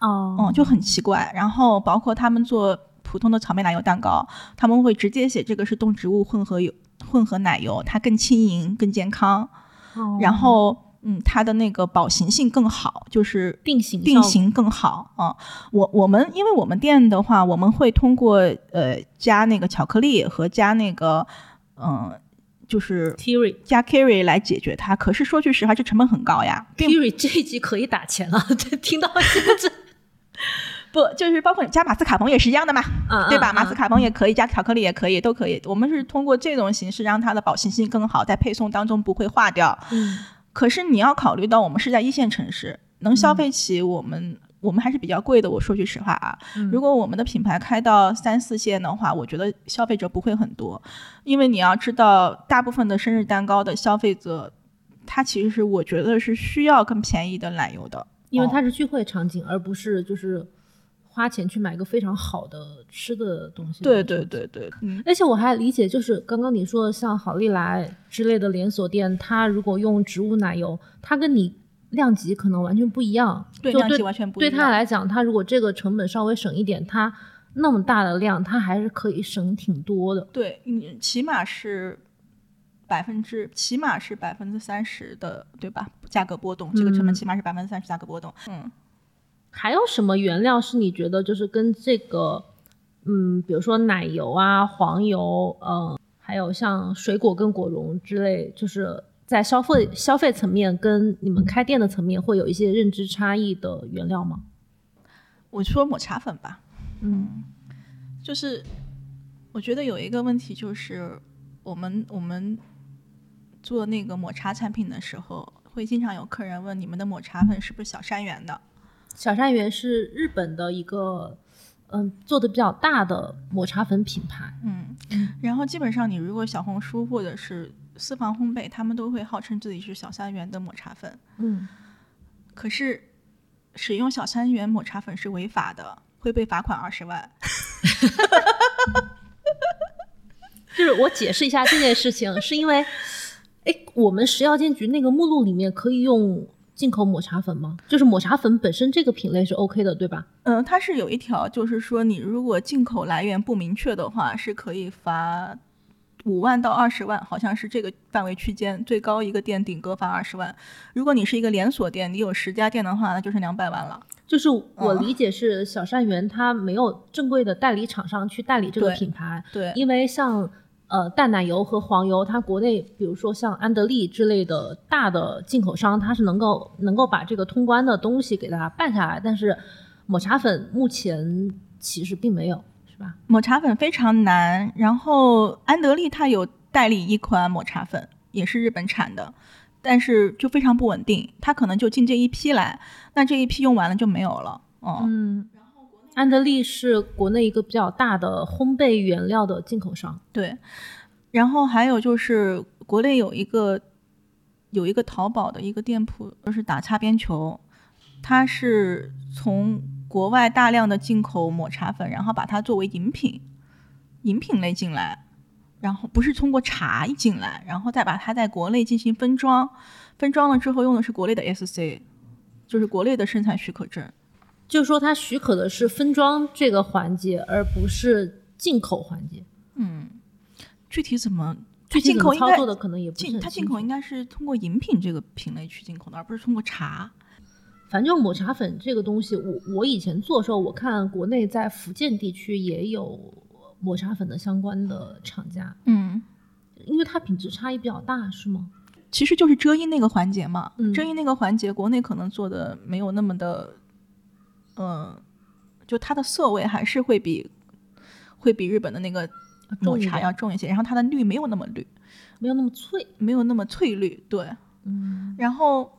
[SPEAKER 1] 哦
[SPEAKER 2] 嗯，就很奇怪。然后包括他们做普通的草莓奶油蛋糕，他们会直接写这个是动植物混合油混合奶油，它更轻盈、更健康，
[SPEAKER 1] 哦
[SPEAKER 2] 然后嗯，它的那个保形性更好，就是
[SPEAKER 1] 定型效
[SPEAKER 2] 定
[SPEAKER 1] 果，
[SPEAKER 2] 型更好啊。我我们因为我们店的话，我们会通过呃加那个巧克力和加那个嗯、呃就是
[SPEAKER 1] Terry
[SPEAKER 2] 加 carry 来解决它。可是说句实话，这成本很高呀。
[SPEAKER 1] Terry 这一集可以打钱了， 这听 到嗯这个这
[SPEAKER 2] 不，就是包括你加马斯卡彭也是一样的嘛，
[SPEAKER 1] 啊
[SPEAKER 2] 对吧？马
[SPEAKER 1] 卡。
[SPEAKER 2] 斯
[SPEAKER 1] 啊
[SPEAKER 2] 卡彭也可以，加巧克力也可以，都可以。我们是通过这种形式让它的保鲜性更好，在配送当中不会化掉。
[SPEAKER 1] 嗯
[SPEAKER 2] 可是你要考虑到我们是在一线城市，能
[SPEAKER 1] 嗯
[SPEAKER 2] 消费起我们、我们还是比较贵的。我说句实话啊，
[SPEAKER 1] 嗯
[SPEAKER 2] 如果我们的品牌开到三四线的话，我觉得消费者不会很多，因为你要知道，大部分的生日蛋糕的消费者，他其实是我觉得是需要更便宜的奶油的。
[SPEAKER 1] 因为它是聚会场景，而不是就是花钱去买个非常好的吃的东西。
[SPEAKER 2] 对对对对，嗯，
[SPEAKER 1] 而且我还理解，就是刚刚你说的像好利来之类的连锁店，它如果用植物奶油，它跟你量级可能完全不一样。
[SPEAKER 2] 对
[SPEAKER 1] 就
[SPEAKER 2] 量级完全不一
[SPEAKER 1] 对
[SPEAKER 2] 样
[SPEAKER 1] 它来讲，它如果这个成本稍微省一点，它那么大的量，它还是可以省挺多的。
[SPEAKER 2] 对你起码是百分之，起码是百分之三十的，对吧？价格波动，这个成本
[SPEAKER 1] 嗯
[SPEAKER 2] 起码是百分之三十价格波动。嗯，
[SPEAKER 1] 还有什么原料是你觉得就是跟这个，嗯，比如说奶油啊、黄油，嗯，还有像水果跟果蓉之类，就是在消费消费层面跟你们开店的层面会有一些认知差异的原料吗？
[SPEAKER 2] 我说抹茶粉吧，
[SPEAKER 1] 嗯
[SPEAKER 2] 就是我觉得有一个问题就是，我们我们做那个抹茶产品的时候，会经常有客人问你们的抹茶粉是不是小山园的？
[SPEAKER 1] 小山园是日本的一个，嗯，做的比较大的抹茶粉品牌。
[SPEAKER 2] 嗯，然后基本上你如果小红书或者是私房烘焙，他们都会号称自己是小山园的抹茶粉，
[SPEAKER 1] 嗯，
[SPEAKER 2] 可是使用小山园抹茶粉是违法的，会被罚款二十万。
[SPEAKER 1] 就是我解释一下这件事情，是因为，哎，我们食药监局那个目录里面可以用进口抹茶粉吗？就是抹茶粉本身这个品类是 OK 的，对吧？
[SPEAKER 2] 嗯，它是有一条，就是说你如果进口来源不明确的话，是可以罚五万到二十万，好像是这个范围区间，最高一个店顶多罚二十万。如果你是一个连锁店，你有十家店的话，那就是两百万了。
[SPEAKER 1] 就是我理解是小善园它没有正规的代理厂商去代理这个
[SPEAKER 2] 对
[SPEAKER 1] 品牌，
[SPEAKER 2] 对，
[SPEAKER 1] 因为像呃淡奶油和黄油，它国内比如说像安德利之类的大的进口商，它是能够能够把这个通关的东西给它办下来，但是抹茶粉目前其实并没有，是吧？
[SPEAKER 2] 抹茶粉非常难。然后安德利它有代理一款抹茶粉，也是日本产的，但是就非常不稳定，它可能就进这一批来，那这一批用完了就没有了。哦、
[SPEAKER 1] 嗯，安德利是国内一个比较大的烘焙原料的进口商。
[SPEAKER 2] 对，然后还有就是国内有一个有一个淘宝的一个店铺，就是打擦边球，它是从国外大量的进口抹茶粉，然后把它作为饮品，饮品类进来，然后不是通过茶一进来，然后再把它在国内进行分装，分装了之后用的是国内的 SC，就是国内的生产许可证。
[SPEAKER 1] 就是说，它许可的是分装这个环节，而不是进口环节。
[SPEAKER 2] 嗯，具体怎么？
[SPEAKER 1] 具体
[SPEAKER 2] 进
[SPEAKER 1] 怎
[SPEAKER 2] 口
[SPEAKER 1] 么
[SPEAKER 2] 应
[SPEAKER 1] 操
[SPEAKER 2] 该
[SPEAKER 1] 作的可能也不是
[SPEAKER 2] 进
[SPEAKER 1] 很
[SPEAKER 2] 它
[SPEAKER 1] 清
[SPEAKER 2] 进
[SPEAKER 1] 楚
[SPEAKER 2] 口应该是通过饮品这个品类去进口的，而不是通过茶。
[SPEAKER 1] 反正抹茶粉这个东西，我我以前做的时候，我看国内在福建地区也有抹茶粉的相关的厂家，
[SPEAKER 2] 嗯，
[SPEAKER 1] 因为它品质差异比较大，是吗？
[SPEAKER 2] 其实就是遮阴那个环节嘛。
[SPEAKER 1] 嗯
[SPEAKER 2] 遮阴那个环节，国内可能做的没有那么的，呃，就它的色味还是会比会比日本的那个抹
[SPEAKER 1] 啊重一
[SPEAKER 2] 茶
[SPEAKER 1] 点
[SPEAKER 2] 要重一些，然后它的绿没有那么绿，
[SPEAKER 1] 没有那么脆。
[SPEAKER 2] 没有那么翠绿，对。
[SPEAKER 1] 嗯，
[SPEAKER 2] 然后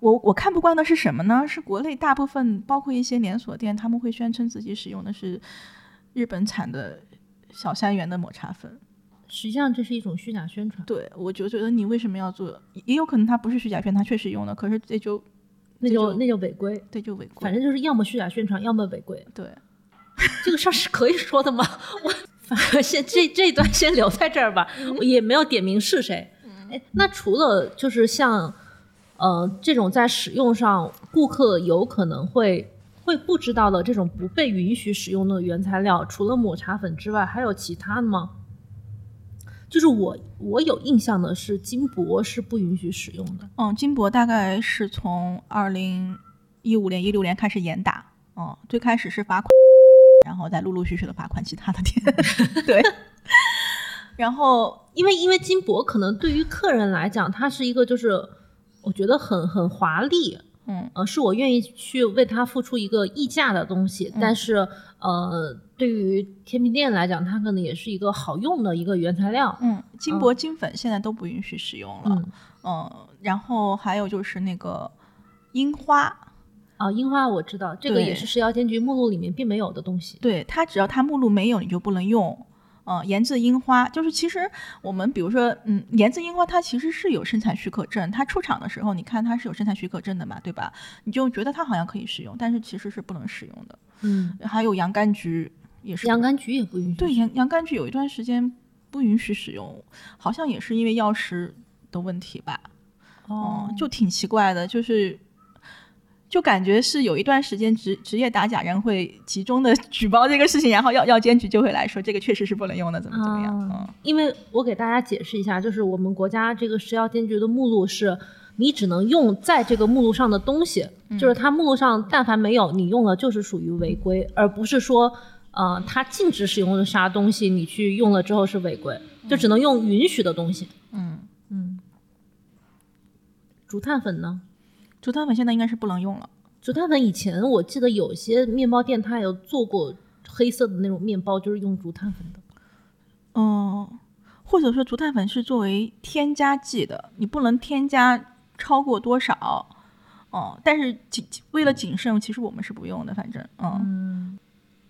[SPEAKER 2] 我我看不惯的是什么呢？是国内大部分，包括一些连锁店，他们会宣称自己使用的是日本产的小山园的抹茶粉。
[SPEAKER 1] 实际上这是一种虚假宣传。
[SPEAKER 2] 对我就觉得你为什么要做？也有可能它不是虚假宣，它确实用的，可是这就
[SPEAKER 1] 那
[SPEAKER 2] 这
[SPEAKER 1] 就
[SPEAKER 2] 就
[SPEAKER 1] 那就违规，
[SPEAKER 2] 这就违规。
[SPEAKER 1] 反正就是要么虚假宣传，要么违规。
[SPEAKER 2] 对，
[SPEAKER 1] 这个事儿是可以说的吗？ 我反正先这这一段先留在这儿吧，我也没有点名是谁。哎，那除了就是像呃这种在使用上顾客有可能会会不知道的这种不被允许使用的原材料，除了抹茶粉之外，还有其他的吗？就是我我有印象的是金箔是不允许使用的，
[SPEAKER 2] 嗯，金箔大概是从二零一五年、一六年开始严打，嗯，最开始是罚款，然后再陆陆续续的罚款其他的店。 对，然后
[SPEAKER 1] 因为因为金箔可能对于客人来讲，它是一个就是我觉得很很华丽，
[SPEAKER 2] 嗯。
[SPEAKER 1] 呃，是我愿意去为它付出一个溢价的东西，
[SPEAKER 2] 嗯
[SPEAKER 1] 但是呃，对于甜品店来讲，它可能也是一个好用的一个原材料。
[SPEAKER 2] 嗯，金箔、金粉现在都不允许使用了。
[SPEAKER 1] 嗯，
[SPEAKER 2] 嗯，然后还有就是那个樱花，
[SPEAKER 1] 啊，樱花我知道，这个
[SPEAKER 2] 对
[SPEAKER 1] 也是食药监局目录里面并没有的东西。
[SPEAKER 2] 对它只要它目录没有，你就不能用。呃，盐渍樱花就是其实我们比如说，嗯，盐渍樱花它其实是有生产许可证，它出厂的时候你看它是有生产许可证的嘛，对吧？你就觉得它好像可以使用，但是其实是不能使用的。
[SPEAKER 1] 嗯，
[SPEAKER 2] 还有洋甘菊也是不
[SPEAKER 1] 洋甘菊也不允许。
[SPEAKER 2] 对，洋洋甘菊有一段时间不允许使用，好像也是因为药师的问题吧。
[SPEAKER 1] 哦
[SPEAKER 2] 嗯，，就挺奇怪的，就是就感觉是有一段时间职职业打假人会集中的 举报这个事情，然后药药监局就会来说这个确实是不能用的，怎么怎么样。
[SPEAKER 1] 啊
[SPEAKER 2] 嗯，
[SPEAKER 1] 因为我给大家解释一下，就是我们国家这个食药监局的目录是，你只能用在这个目录上的东西，就是它目录上但凡没有你用了，就是属于违规，而不是说，呃，它禁止使用的啥东西，你去用了之后是违规，就只能用允许的东西。
[SPEAKER 2] 嗯，
[SPEAKER 1] 嗯，竹炭粉呢？
[SPEAKER 2] 竹炭粉现在应该是不能用了。
[SPEAKER 1] 竹炭粉以前我记得有些面包店它有做过黑色的那种面包，就是用竹炭粉的。
[SPEAKER 2] 嗯，或者说竹炭粉是作为添加剂的，你不能添加超过多少。哦，但是谨为了谨慎，其实我们是不用的，反正嗯
[SPEAKER 1] 嗯，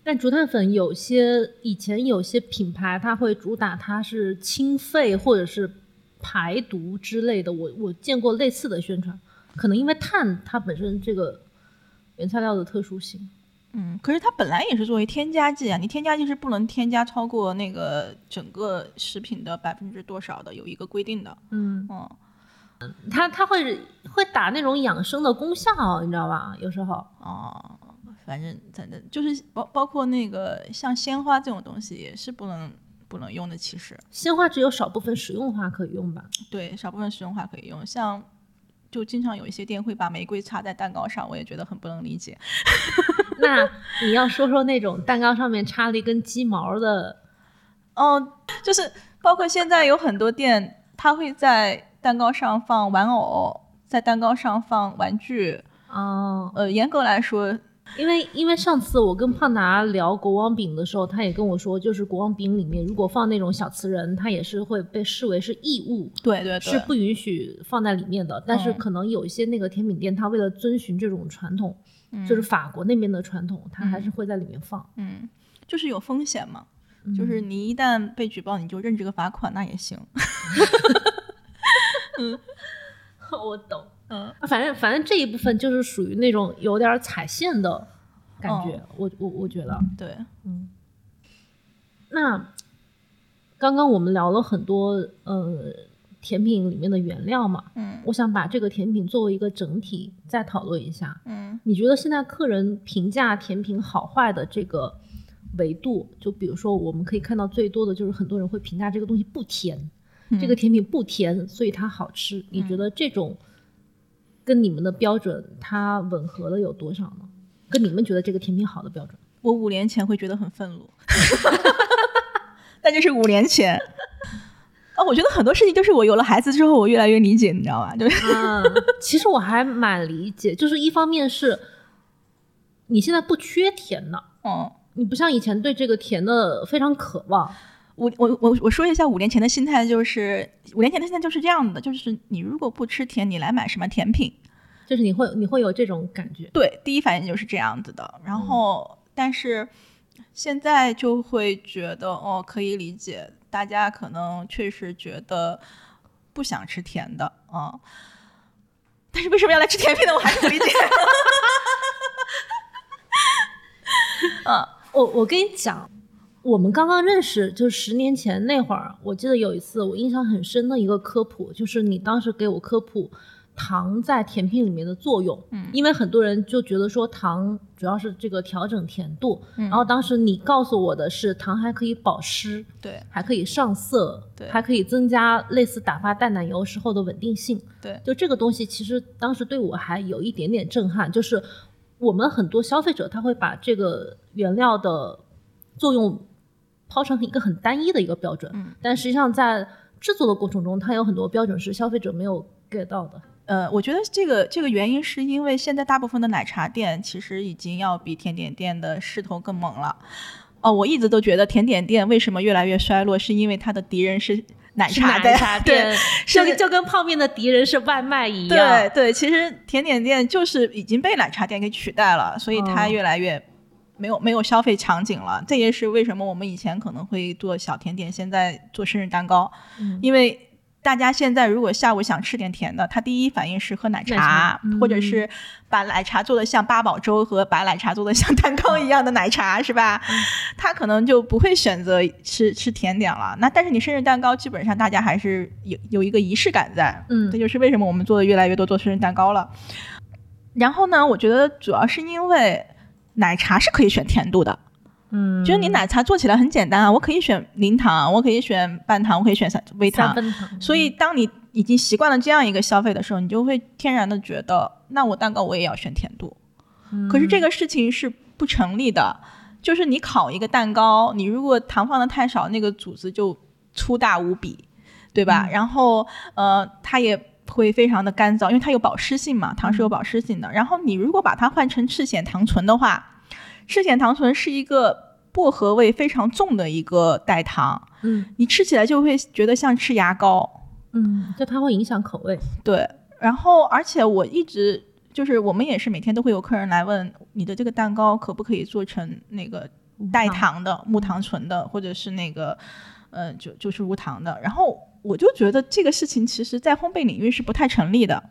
[SPEAKER 1] 但竹炭粉有些以前有些品牌，它会主打它是清肺或者是排毒之类的，我我见过类似的宣传。可能因为碳它本身这个原材料的特殊性，
[SPEAKER 2] 嗯，可是它本来也是作为添加剂啊，你添加剂是不能添加超过那个整个食品的百分之多少的，有一个规定的。
[SPEAKER 1] 嗯，
[SPEAKER 2] 嗯，
[SPEAKER 1] 它它会会打那种养生的功效，你知道吧？有时候，
[SPEAKER 2] 哦，反正反正就是包包括那个像鲜花这种东西也是不能不能用的，其实
[SPEAKER 1] 鲜花只有少部分食用花可以用吧？
[SPEAKER 2] 对少部分食用花可以用，像。就经常有一些店会把玫瑰插在蛋糕上，我也觉得很不能理解。
[SPEAKER 1] 那你要说说那种蛋糕上面插了一根鸡毛的，
[SPEAKER 2] 嗯，就是包括现在有很多店，它会在蛋糕上放玩偶，在蛋糕上放玩具。
[SPEAKER 1] 哦，
[SPEAKER 2] 呃，严格来说，
[SPEAKER 1] 因为因为上次我跟胖达聊国王饼的时候，他也跟我说，就是国王饼里面如果放那种小瓷人，它也是会被视为是异物，
[SPEAKER 2] 对对对，
[SPEAKER 1] 是不允许放在里面的。但是
[SPEAKER 2] 嗯
[SPEAKER 1] 可能有一些那个甜品店，它为了遵循这种传统，
[SPEAKER 2] 嗯
[SPEAKER 1] 就是法国那边的传统，它还是会在里面放。
[SPEAKER 2] 嗯，就是有风险嘛，就是你一旦被举报，你就认这个罚款，那也行。
[SPEAKER 1] 我懂，啊
[SPEAKER 2] 嗯，
[SPEAKER 1] 反正反正这一部分就是属于那种有点踩线的感觉，
[SPEAKER 2] 哦
[SPEAKER 1] 我我我觉得。
[SPEAKER 2] 对，
[SPEAKER 1] 那刚刚我们聊了很多，呃，甜品里面的原料嘛，
[SPEAKER 2] 嗯
[SPEAKER 1] 我想把这个甜品作为一个整体再讨论一下。
[SPEAKER 2] 嗯
[SPEAKER 1] 你觉得现在客人评价甜品好坏的这个维度，就比如说我们可以看到最多的就是很多人会评价这个东西不甜，
[SPEAKER 2] 嗯
[SPEAKER 1] 这个甜品不甜，所以它好吃。你觉得这种跟你们的标准它吻合的有多少呢？跟你们觉得这个甜品好的标准？
[SPEAKER 2] 我五年前会觉得很愤怒，但就是五年前。啊、我觉得很多事情就是我有了孩子之后，我越来越理解，你知道吧？就是
[SPEAKER 1] 啊，其实我还蛮理解，就是一方面是你现在不缺甜了，
[SPEAKER 2] 嗯。
[SPEAKER 1] 你不像以前对这个甜的非常渴望。
[SPEAKER 2] 我我我我说一下五年前的心态，就是五年前的心态就是这样的，就是你如果不吃甜，你来买什么甜品？
[SPEAKER 1] 就是你会你会有这种感觉，
[SPEAKER 2] 对，第一反应就是这样子的。
[SPEAKER 1] 嗯
[SPEAKER 2] 然后，但是现在就会觉得，哦，可以理解，大家可能确实觉得不想吃甜的啊、但是为什么要来吃甜品呢？我还是不理解。 嗯
[SPEAKER 1] 我我跟你讲，我们刚刚认识，就十年前那会儿，我记得有一次我印象很深的一个科普，就是你当时给我科普糖在甜品里面的作用。
[SPEAKER 2] 嗯
[SPEAKER 1] 因为很多人就觉得说糖主要是这个调整甜度，
[SPEAKER 2] 嗯
[SPEAKER 1] 然后当时你告诉我的是糖还可以保湿，
[SPEAKER 2] 对
[SPEAKER 1] 还可以上色，
[SPEAKER 2] 对
[SPEAKER 1] 还可以增加类似打发淡奶油时候的稳定性。
[SPEAKER 2] 对，
[SPEAKER 1] 就这个东西，其实当时对我还有一点点震撼，就是我们很多消费者他会把这个原料的作用抛成一个很单一的一个标准，
[SPEAKER 2] 嗯
[SPEAKER 1] 但实际上在制作的过程中，它有很多标准是消费者没有 get 到的。
[SPEAKER 2] 呃，我觉得这个这个原因是因为现在大部分的奶茶店其实已经要比甜点店的势头更猛了。哦，我一直都觉得甜点店为什么越来越衰落，是因为它的敌人是奶
[SPEAKER 1] 是
[SPEAKER 2] 茶
[SPEAKER 1] 奶
[SPEAKER 2] 店，
[SPEAKER 1] 茶
[SPEAKER 2] 对
[SPEAKER 1] 店，
[SPEAKER 2] 是
[SPEAKER 1] 就就跟泡面的敌人是外卖一
[SPEAKER 2] 对
[SPEAKER 1] 样。
[SPEAKER 2] 对，其实甜点店就是已经被奶茶店给取代了，所以它
[SPEAKER 1] 嗯
[SPEAKER 2] 越来越没有没有消费场景了。这也是为什么我们以前可能会做小甜点，现在做生日蛋糕，
[SPEAKER 1] 嗯
[SPEAKER 2] 因为。大家现在如果下午想吃点甜的，他第一反应是喝奶茶，
[SPEAKER 1] 奶茶嗯
[SPEAKER 2] 或者是把奶茶做的像八宝粥和把奶茶做的像蛋糕一样的奶茶，是吧？
[SPEAKER 1] 嗯
[SPEAKER 2] 他可能就不会选择吃吃甜点了。那但是你生日蛋糕，基本上大家还是有有一个仪式感在，
[SPEAKER 1] 嗯
[SPEAKER 2] 这就是为什么我们做的越来越多做生日蛋糕了。然后呢，我觉得主要是因为奶茶是可以选甜度的，
[SPEAKER 1] 嗯，
[SPEAKER 2] 就是你奶茶做起来很简单啊，我可以选零糖，我可以选半糖，我可以选三微
[SPEAKER 1] 三
[SPEAKER 2] 糖。
[SPEAKER 1] 分糖，
[SPEAKER 2] 所以当你已经习惯了这样一个消费的时候，你就会天然的觉得，那我蛋糕我也要选甜度。可是这个事情是不成立的，就是你烤一个蛋糕，你如果糖放的太少，那个组织就粗大无比，对吧？然后呃，它也会非常的干燥，因为它有保湿性嘛，糖是有保湿性的。然后你如果把它换成赤藓糖醇的话，赤藓糖醇是一个薄荷味非常重的一个代糖，
[SPEAKER 1] 嗯
[SPEAKER 2] 你吃起来就会觉得像吃牙膏。
[SPEAKER 1] 嗯，就它会影响口味。
[SPEAKER 2] 对，然后而且我一直就是我们也是每天都会有客人来问你的这个蛋糕可不可以做成那个代糖的、木糖醇的，或者是那个呃就就是无糖的。然后我就觉得这个事情其实在烘焙领域是不太成立的。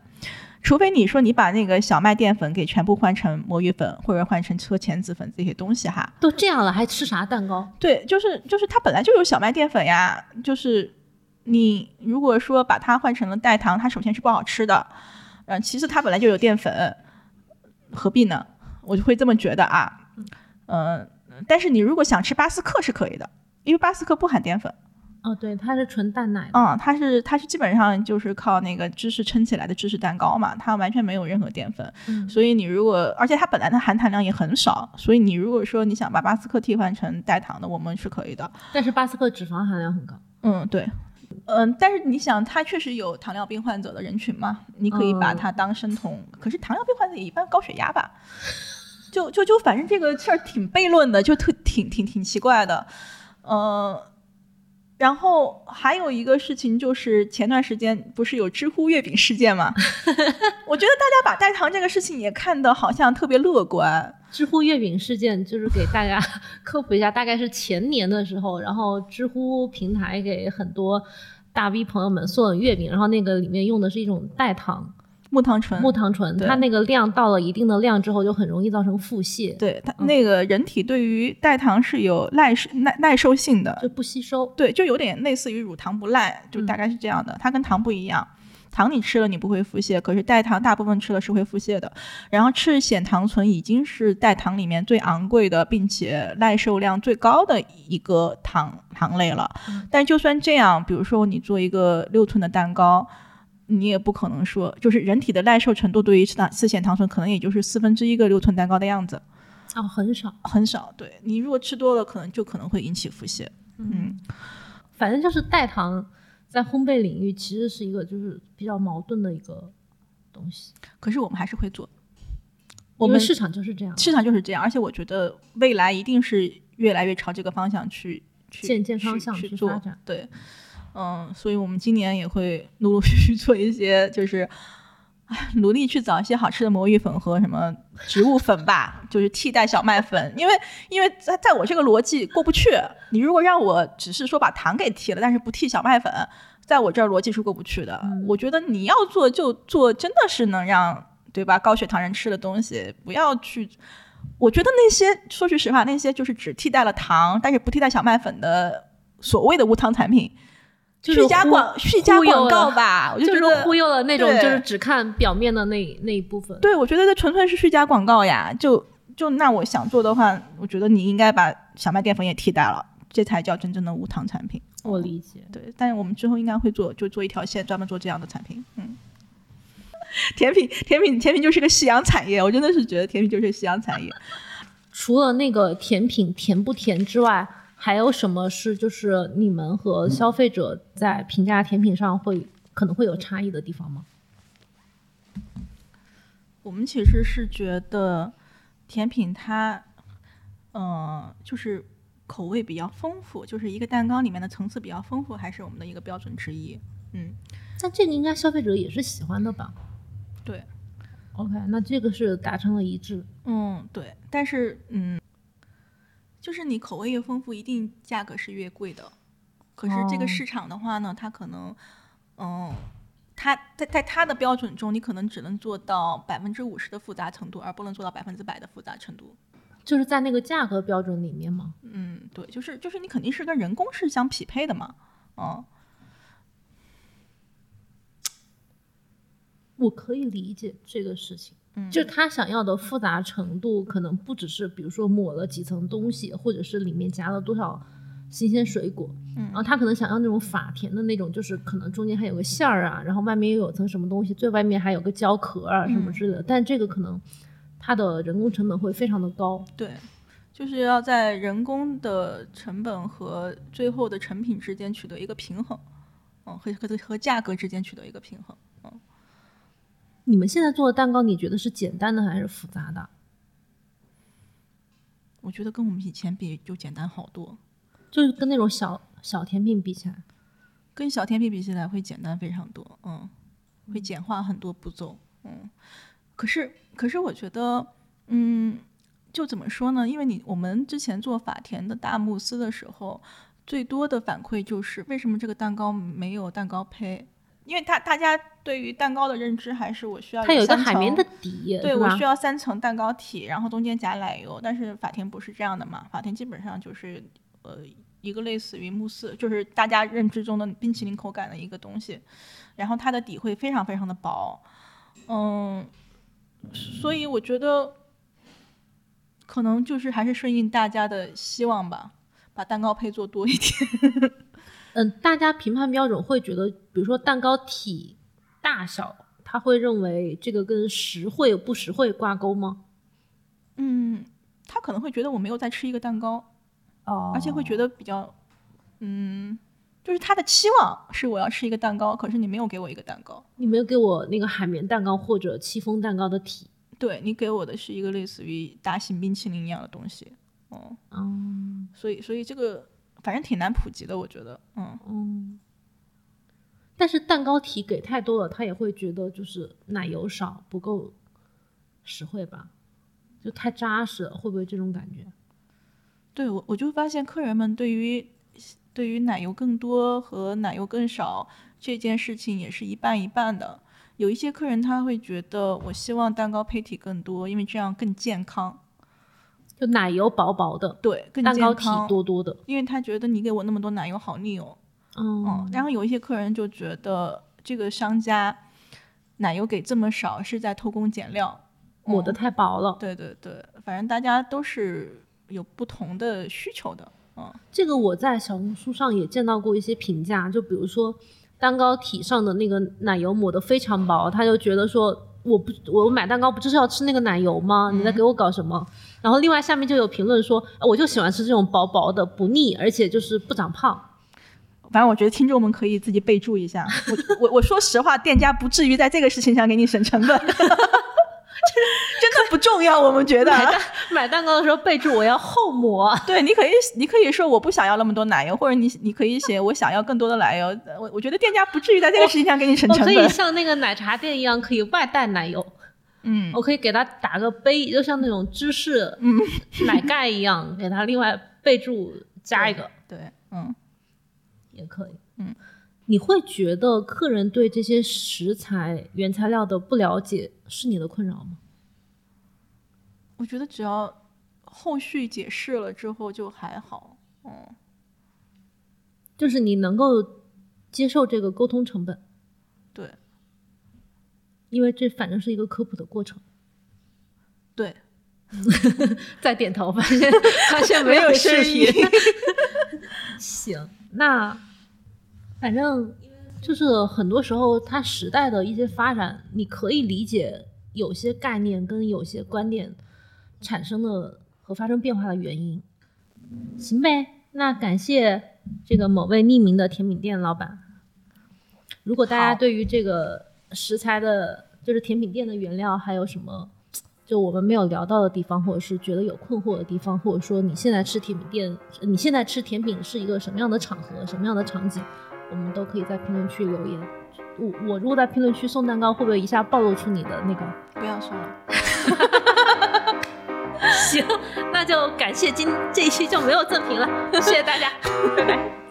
[SPEAKER 2] 除非你说你把那个小麦淀粉给全部换成魔芋粉，或者换成车前子粉这些东西哈，
[SPEAKER 1] 都这样了，还吃啥蛋糕？
[SPEAKER 2] 对，就是就是它本来就有小麦淀粉呀，就是你如果说把它换成了代糖，它首先是不好吃的，嗯，其次它本来就有淀粉，何必呢？我就会这么觉得啊，嗯、但是你如果想吃巴斯克是可以的，因为巴斯克不含淀粉，
[SPEAKER 1] 哦，对，它是纯蛋奶的。
[SPEAKER 2] 嗯，它是它是基本上就是靠那个芝士撑起来的芝士蛋糕嘛，它完全没有任何淀粉，
[SPEAKER 1] 嗯
[SPEAKER 2] 所以你如果而且它本来的含糖量也很少，所以你如果说你想把巴斯克替换成代糖的，我们是可以的。
[SPEAKER 1] 但是巴斯克脂肪含量很高。
[SPEAKER 2] 嗯，对，嗯，但是你想，它确实有糖尿病患者的人群嘛，你可以把
[SPEAKER 1] 嗯
[SPEAKER 2] 它当生酮，可是糖尿病患者也一般高血压吧？就就就，反正这个事儿挺悖论的，就特挺挺挺奇怪的，呃。然后还有一个事情就是，前段时间不是有知乎月饼事 件吗？我觉得大家把代糖这个事情也看得好像特别乐观，
[SPEAKER 1] 知乎月饼事件就是给大家 科普一下，大概是前年的时候，然后知乎平台给很多大 V 朋友们送了月饼，然后那个里面用的是一种代糖
[SPEAKER 2] 木糖醇，
[SPEAKER 1] 木糖醇，
[SPEAKER 2] 对
[SPEAKER 1] 它那个量到了一定的量之后，就很容易造成腹泻，
[SPEAKER 2] 对它
[SPEAKER 1] 嗯
[SPEAKER 2] 那个人体对于代糖是有耐受耐耐受性的，
[SPEAKER 1] 就不吸收。
[SPEAKER 2] 对，就有点类似于乳糖不耐，就大概是这样的。它跟糖不一样，糖你吃了你不会腹泻，可是代糖大部分吃了是会腹泻的。然后赤藓糖醇已经是代糖里面最昂贵的，并且耐受量最高的一个糖糖类了。但就算这样，比如说你做一个六寸的蛋糕。你也不可能说，就是人体的耐受程度对于赤糖赤藓糖醇可能也就是四分之一个六寸蛋糕的样子，
[SPEAKER 1] 哦，很少。
[SPEAKER 2] 很少。对你如果吃多了，可能就可能会引起腹泻。嗯，
[SPEAKER 1] 反正就是代糖在烘焙领域其实是一个就是比较矛盾的一个东西，
[SPEAKER 2] 可是我们还是会做。我
[SPEAKER 1] 因为
[SPEAKER 2] 们
[SPEAKER 1] 市场就是这样，
[SPEAKER 2] 市场就是这样，而且我觉得未来一定是越来越朝这个方向去去
[SPEAKER 1] 渐渐方向
[SPEAKER 2] 去
[SPEAKER 1] 去
[SPEAKER 2] 做
[SPEAKER 1] 发展。
[SPEAKER 2] 对，嗯，所以我们今年也会陆陆续续做一些，就是唉努力去找一些好吃的魔芋粉和什么植物粉吧，就是替代小麦粉，因为因为在在我这个逻辑过不去。你如果让我只是说把糖给替了，但是不替小麦粉，在我这儿逻辑是过不去的。
[SPEAKER 1] 嗯
[SPEAKER 2] 我觉得你要做就做，真的是能让对吧高血糖人吃的东西，不要去。我觉得那些说句实话，那些就是只替代了糖，但是不替代小麦粉的所谓的无糖产品，
[SPEAKER 1] 就是
[SPEAKER 2] 虚假
[SPEAKER 1] 忽
[SPEAKER 2] 广虚假
[SPEAKER 1] 忽悠
[SPEAKER 2] 广告
[SPEAKER 1] 了
[SPEAKER 2] 吧，我就
[SPEAKER 1] 就
[SPEAKER 2] 觉
[SPEAKER 1] 是
[SPEAKER 2] 得
[SPEAKER 1] 忽悠了那种，
[SPEAKER 2] 对
[SPEAKER 1] 就是只看表面的那那一部分。
[SPEAKER 2] 对，我觉得这纯粹是虚假广告呀。就就那我想做的话，我觉得你应该把小麦淀粉也替代了，这才叫真正的无糖产品。
[SPEAKER 1] 我理解。
[SPEAKER 2] 对，但是我们之后应该会做，就做一条线专门做这样的产品。嗯， 甜品，甜品，甜品就是个夕阳产业，我真的是觉得甜品就是夕阳产业。
[SPEAKER 1] 除了那个甜品甜不甜之外，还有什么是就是你们和消费者在评价甜品上会可能会有差异的地方吗？
[SPEAKER 2] 我们其实是觉得甜品它，呃，就是口味比较丰富，就是一个蛋糕里面的层次比较丰富，还是我们的一个标准之一。嗯，
[SPEAKER 1] 但这个应该消费者也是喜欢的吧
[SPEAKER 2] 对，
[SPEAKER 1] ？OK，那这个是达成了一致。
[SPEAKER 2] 嗯，对，但是嗯，就是你口味越丰富，一定价格是越贵的。可是这
[SPEAKER 1] 哦
[SPEAKER 2] 个市场的话呢，它可能，嗯，它在在它的标准中，你可能只能做到百分之五十的复杂程度，而不能做到百分之百的复杂程度。
[SPEAKER 1] 就是在那个价格标准里面吗？
[SPEAKER 2] 嗯，对，就是就是你肯定是跟人工是相匹配的嘛。嗯，
[SPEAKER 1] 我可以理解这个事情，
[SPEAKER 2] 嗯
[SPEAKER 1] 就他想要的复杂程度，可能不只是比如说抹了几层东西，或者是里面夹了多少新鲜水果，
[SPEAKER 2] 嗯
[SPEAKER 1] 然后他可能想要那种法甜的那种，就是可能中间还有个馅儿啊，然后外面又有层什么东西，最外面还有个胶壳啊什
[SPEAKER 2] 嗯
[SPEAKER 1] 么之类的。但这个可能它的人工成本会非常的高。
[SPEAKER 2] 对，就是要在人工的成本和最后的成品之间取得一个平衡，嗯，和和和价格之间取得一个平衡。
[SPEAKER 1] 你们现在做的蛋糕，你觉得是简单的还是复杂的？
[SPEAKER 2] 我觉得跟我们以前比就简单好多，
[SPEAKER 1] 就是跟那种小小甜品比起来，
[SPEAKER 2] 跟小甜品比起来会简单非常多，嗯，会简化很多步骤，嗯。可是可是我觉得，嗯，就怎么说呢？因为你我们之前做法甜的大慕斯的时候，最多的反馈就是为什么这个蛋糕没有蛋糕胚？因为大大家对于蛋糕的认知还是我需要
[SPEAKER 1] 它有一个
[SPEAKER 2] 三
[SPEAKER 1] 海绵
[SPEAKER 2] 层
[SPEAKER 1] 的底，
[SPEAKER 2] 对
[SPEAKER 1] 是
[SPEAKER 2] 我
[SPEAKER 1] 吧
[SPEAKER 2] 需？要三层蛋糕体，然后中间夹奶油。但是法庭不是这样的嘛？法庭基本上就是呃一个类似于慕斯，就是大家认知中的冰淇淋口感的一个东西，然后它的底会非常非常的薄，嗯，所以我觉得可能就是还是顺应大家的希望吧，把蛋糕胚做多一点。
[SPEAKER 1] 嗯、大家评判标准会觉得，比如说蛋糕体大小，他会认为这个跟实惠不实惠挂钩吗？
[SPEAKER 2] 嗯， 他可能会觉得我没有在吃一个蛋糕，
[SPEAKER 1] 哦
[SPEAKER 2] 而且会觉得比较，嗯，就是他的期望是我要吃一个蛋糕，可是你没有给我一个蛋糕，
[SPEAKER 1] 你没有给我那个海绵蛋糕或者戚风蛋糕的体。
[SPEAKER 2] 对你给我的是一个类似于大型冰淇淋一样的东西，嗯，
[SPEAKER 1] 嗯
[SPEAKER 2] 所以所以这个反正挺难普及的，我觉得，嗯，
[SPEAKER 1] 嗯。但是蛋糕体给太多了，他也会觉得就是奶油少不够实惠吧，就太扎实了，会不会这种感觉？
[SPEAKER 2] 对我我就发现客人们对于对于奶油更多和奶油更少这件事情也是一半一半的。有一些客人他会觉得，我希望蛋糕胚体更多，因为这样更健康，
[SPEAKER 1] 就奶油薄薄的，
[SPEAKER 2] 对，更
[SPEAKER 1] 蛋糕
[SPEAKER 2] 健
[SPEAKER 1] 体
[SPEAKER 2] 康，
[SPEAKER 1] 多多的。
[SPEAKER 2] 因为他觉得你给我那么多奶油好腻哦，嗯
[SPEAKER 1] 嗯，，
[SPEAKER 2] 然后有一些客人就觉得这个商家奶油给这么少是在偷工减料，
[SPEAKER 1] 抹
[SPEAKER 2] 哦
[SPEAKER 1] 的太薄了。
[SPEAKER 2] 对对对，反正大家都是有不同的需求的，嗯
[SPEAKER 1] 这个我在小红书上也见到过一些评价，就比如说蛋糕体上的那个奶油抹得非常薄，他就觉得说我不我买蛋糕不就是要吃那个奶油吗？你在给我搞什么？然后另外下面就有评论说，呃我就喜欢吃这种薄薄的，不腻，而且就是不长胖。
[SPEAKER 2] 反正我觉得听众们可以自己备注一下，我我我说实话，店家不至于在这个事情上给你省成本， 真的不重要，我们觉得。
[SPEAKER 1] 买蛋糕的时候备注我要厚抹，
[SPEAKER 2] 对，你可以，你可以说我不想要那么多奶油，或者你你可以写我想要更多的奶油。呃我我觉得店家不至于在这个事情上给你省
[SPEAKER 1] 我哦
[SPEAKER 2] 成
[SPEAKER 1] 可
[SPEAKER 2] 本。
[SPEAKER 1] 以像那个奶茶店一样，可以外带奶油，
[SPEAKER 2] 嗯，
[SPEAKER 1] 我可以给它打个杯，就像那种芝士
[SPEAKER 2] 嗯
[SPEAKER 1] 奶盖一样，给它另外备注加一个。
[SPEAKER 2] 对，嗯
[SPEAKER 1] 也可以。
[SPEAKER 2] 嗯，
[SPEAKER 1] 你会觉得客人对这些食材原材料的不了解是你的困扰吗？，
[SPEAKER 2] 我觉得只要后续解释了之后就还好。嗯，
[SPEAKER 1] 就是你能够接受这个沟通成本，
[SPEAKER 2] 对
[SPEAKER 1] 因为这反正是一个科普的过程。
[SPEAKER 2] 对，
[SPEAKER 1] 再点头，发现发 现没
[SPEAKER 2] 没有
[SPEAKER 1] 视
[SPEAKER 2] 声
[SPEAKER 1] 频
[SPEAKER 2] 音。
[SPEAKER 1] 行，那反正就是很多时候，它时代的一些发展，你可以理解有些概念跟有些观点产生的和发生变化的原因。行呗，那感谢这个某位匿名的甜品店老板。如果大家
[SPEAKER 2] 好
[SPEAKER 1] 对于这个食材的，就是甜品店的原料，还有什么就我们没有聊到的地方，或者是觉得有困惑的地方，或者说你现在吃甜品店，呃你现在吃甜品是一个什么样的场合、什么样的场景，我们都可以在评论区留言。我我如果在评论区送蛋糕，会不会一下暴露出你的那个？
[SPEAKER 2] 不要说了。
[SPEAKER 1] 行，那就感谢今这一期就没有赠品了，谢谢大家，拜拜。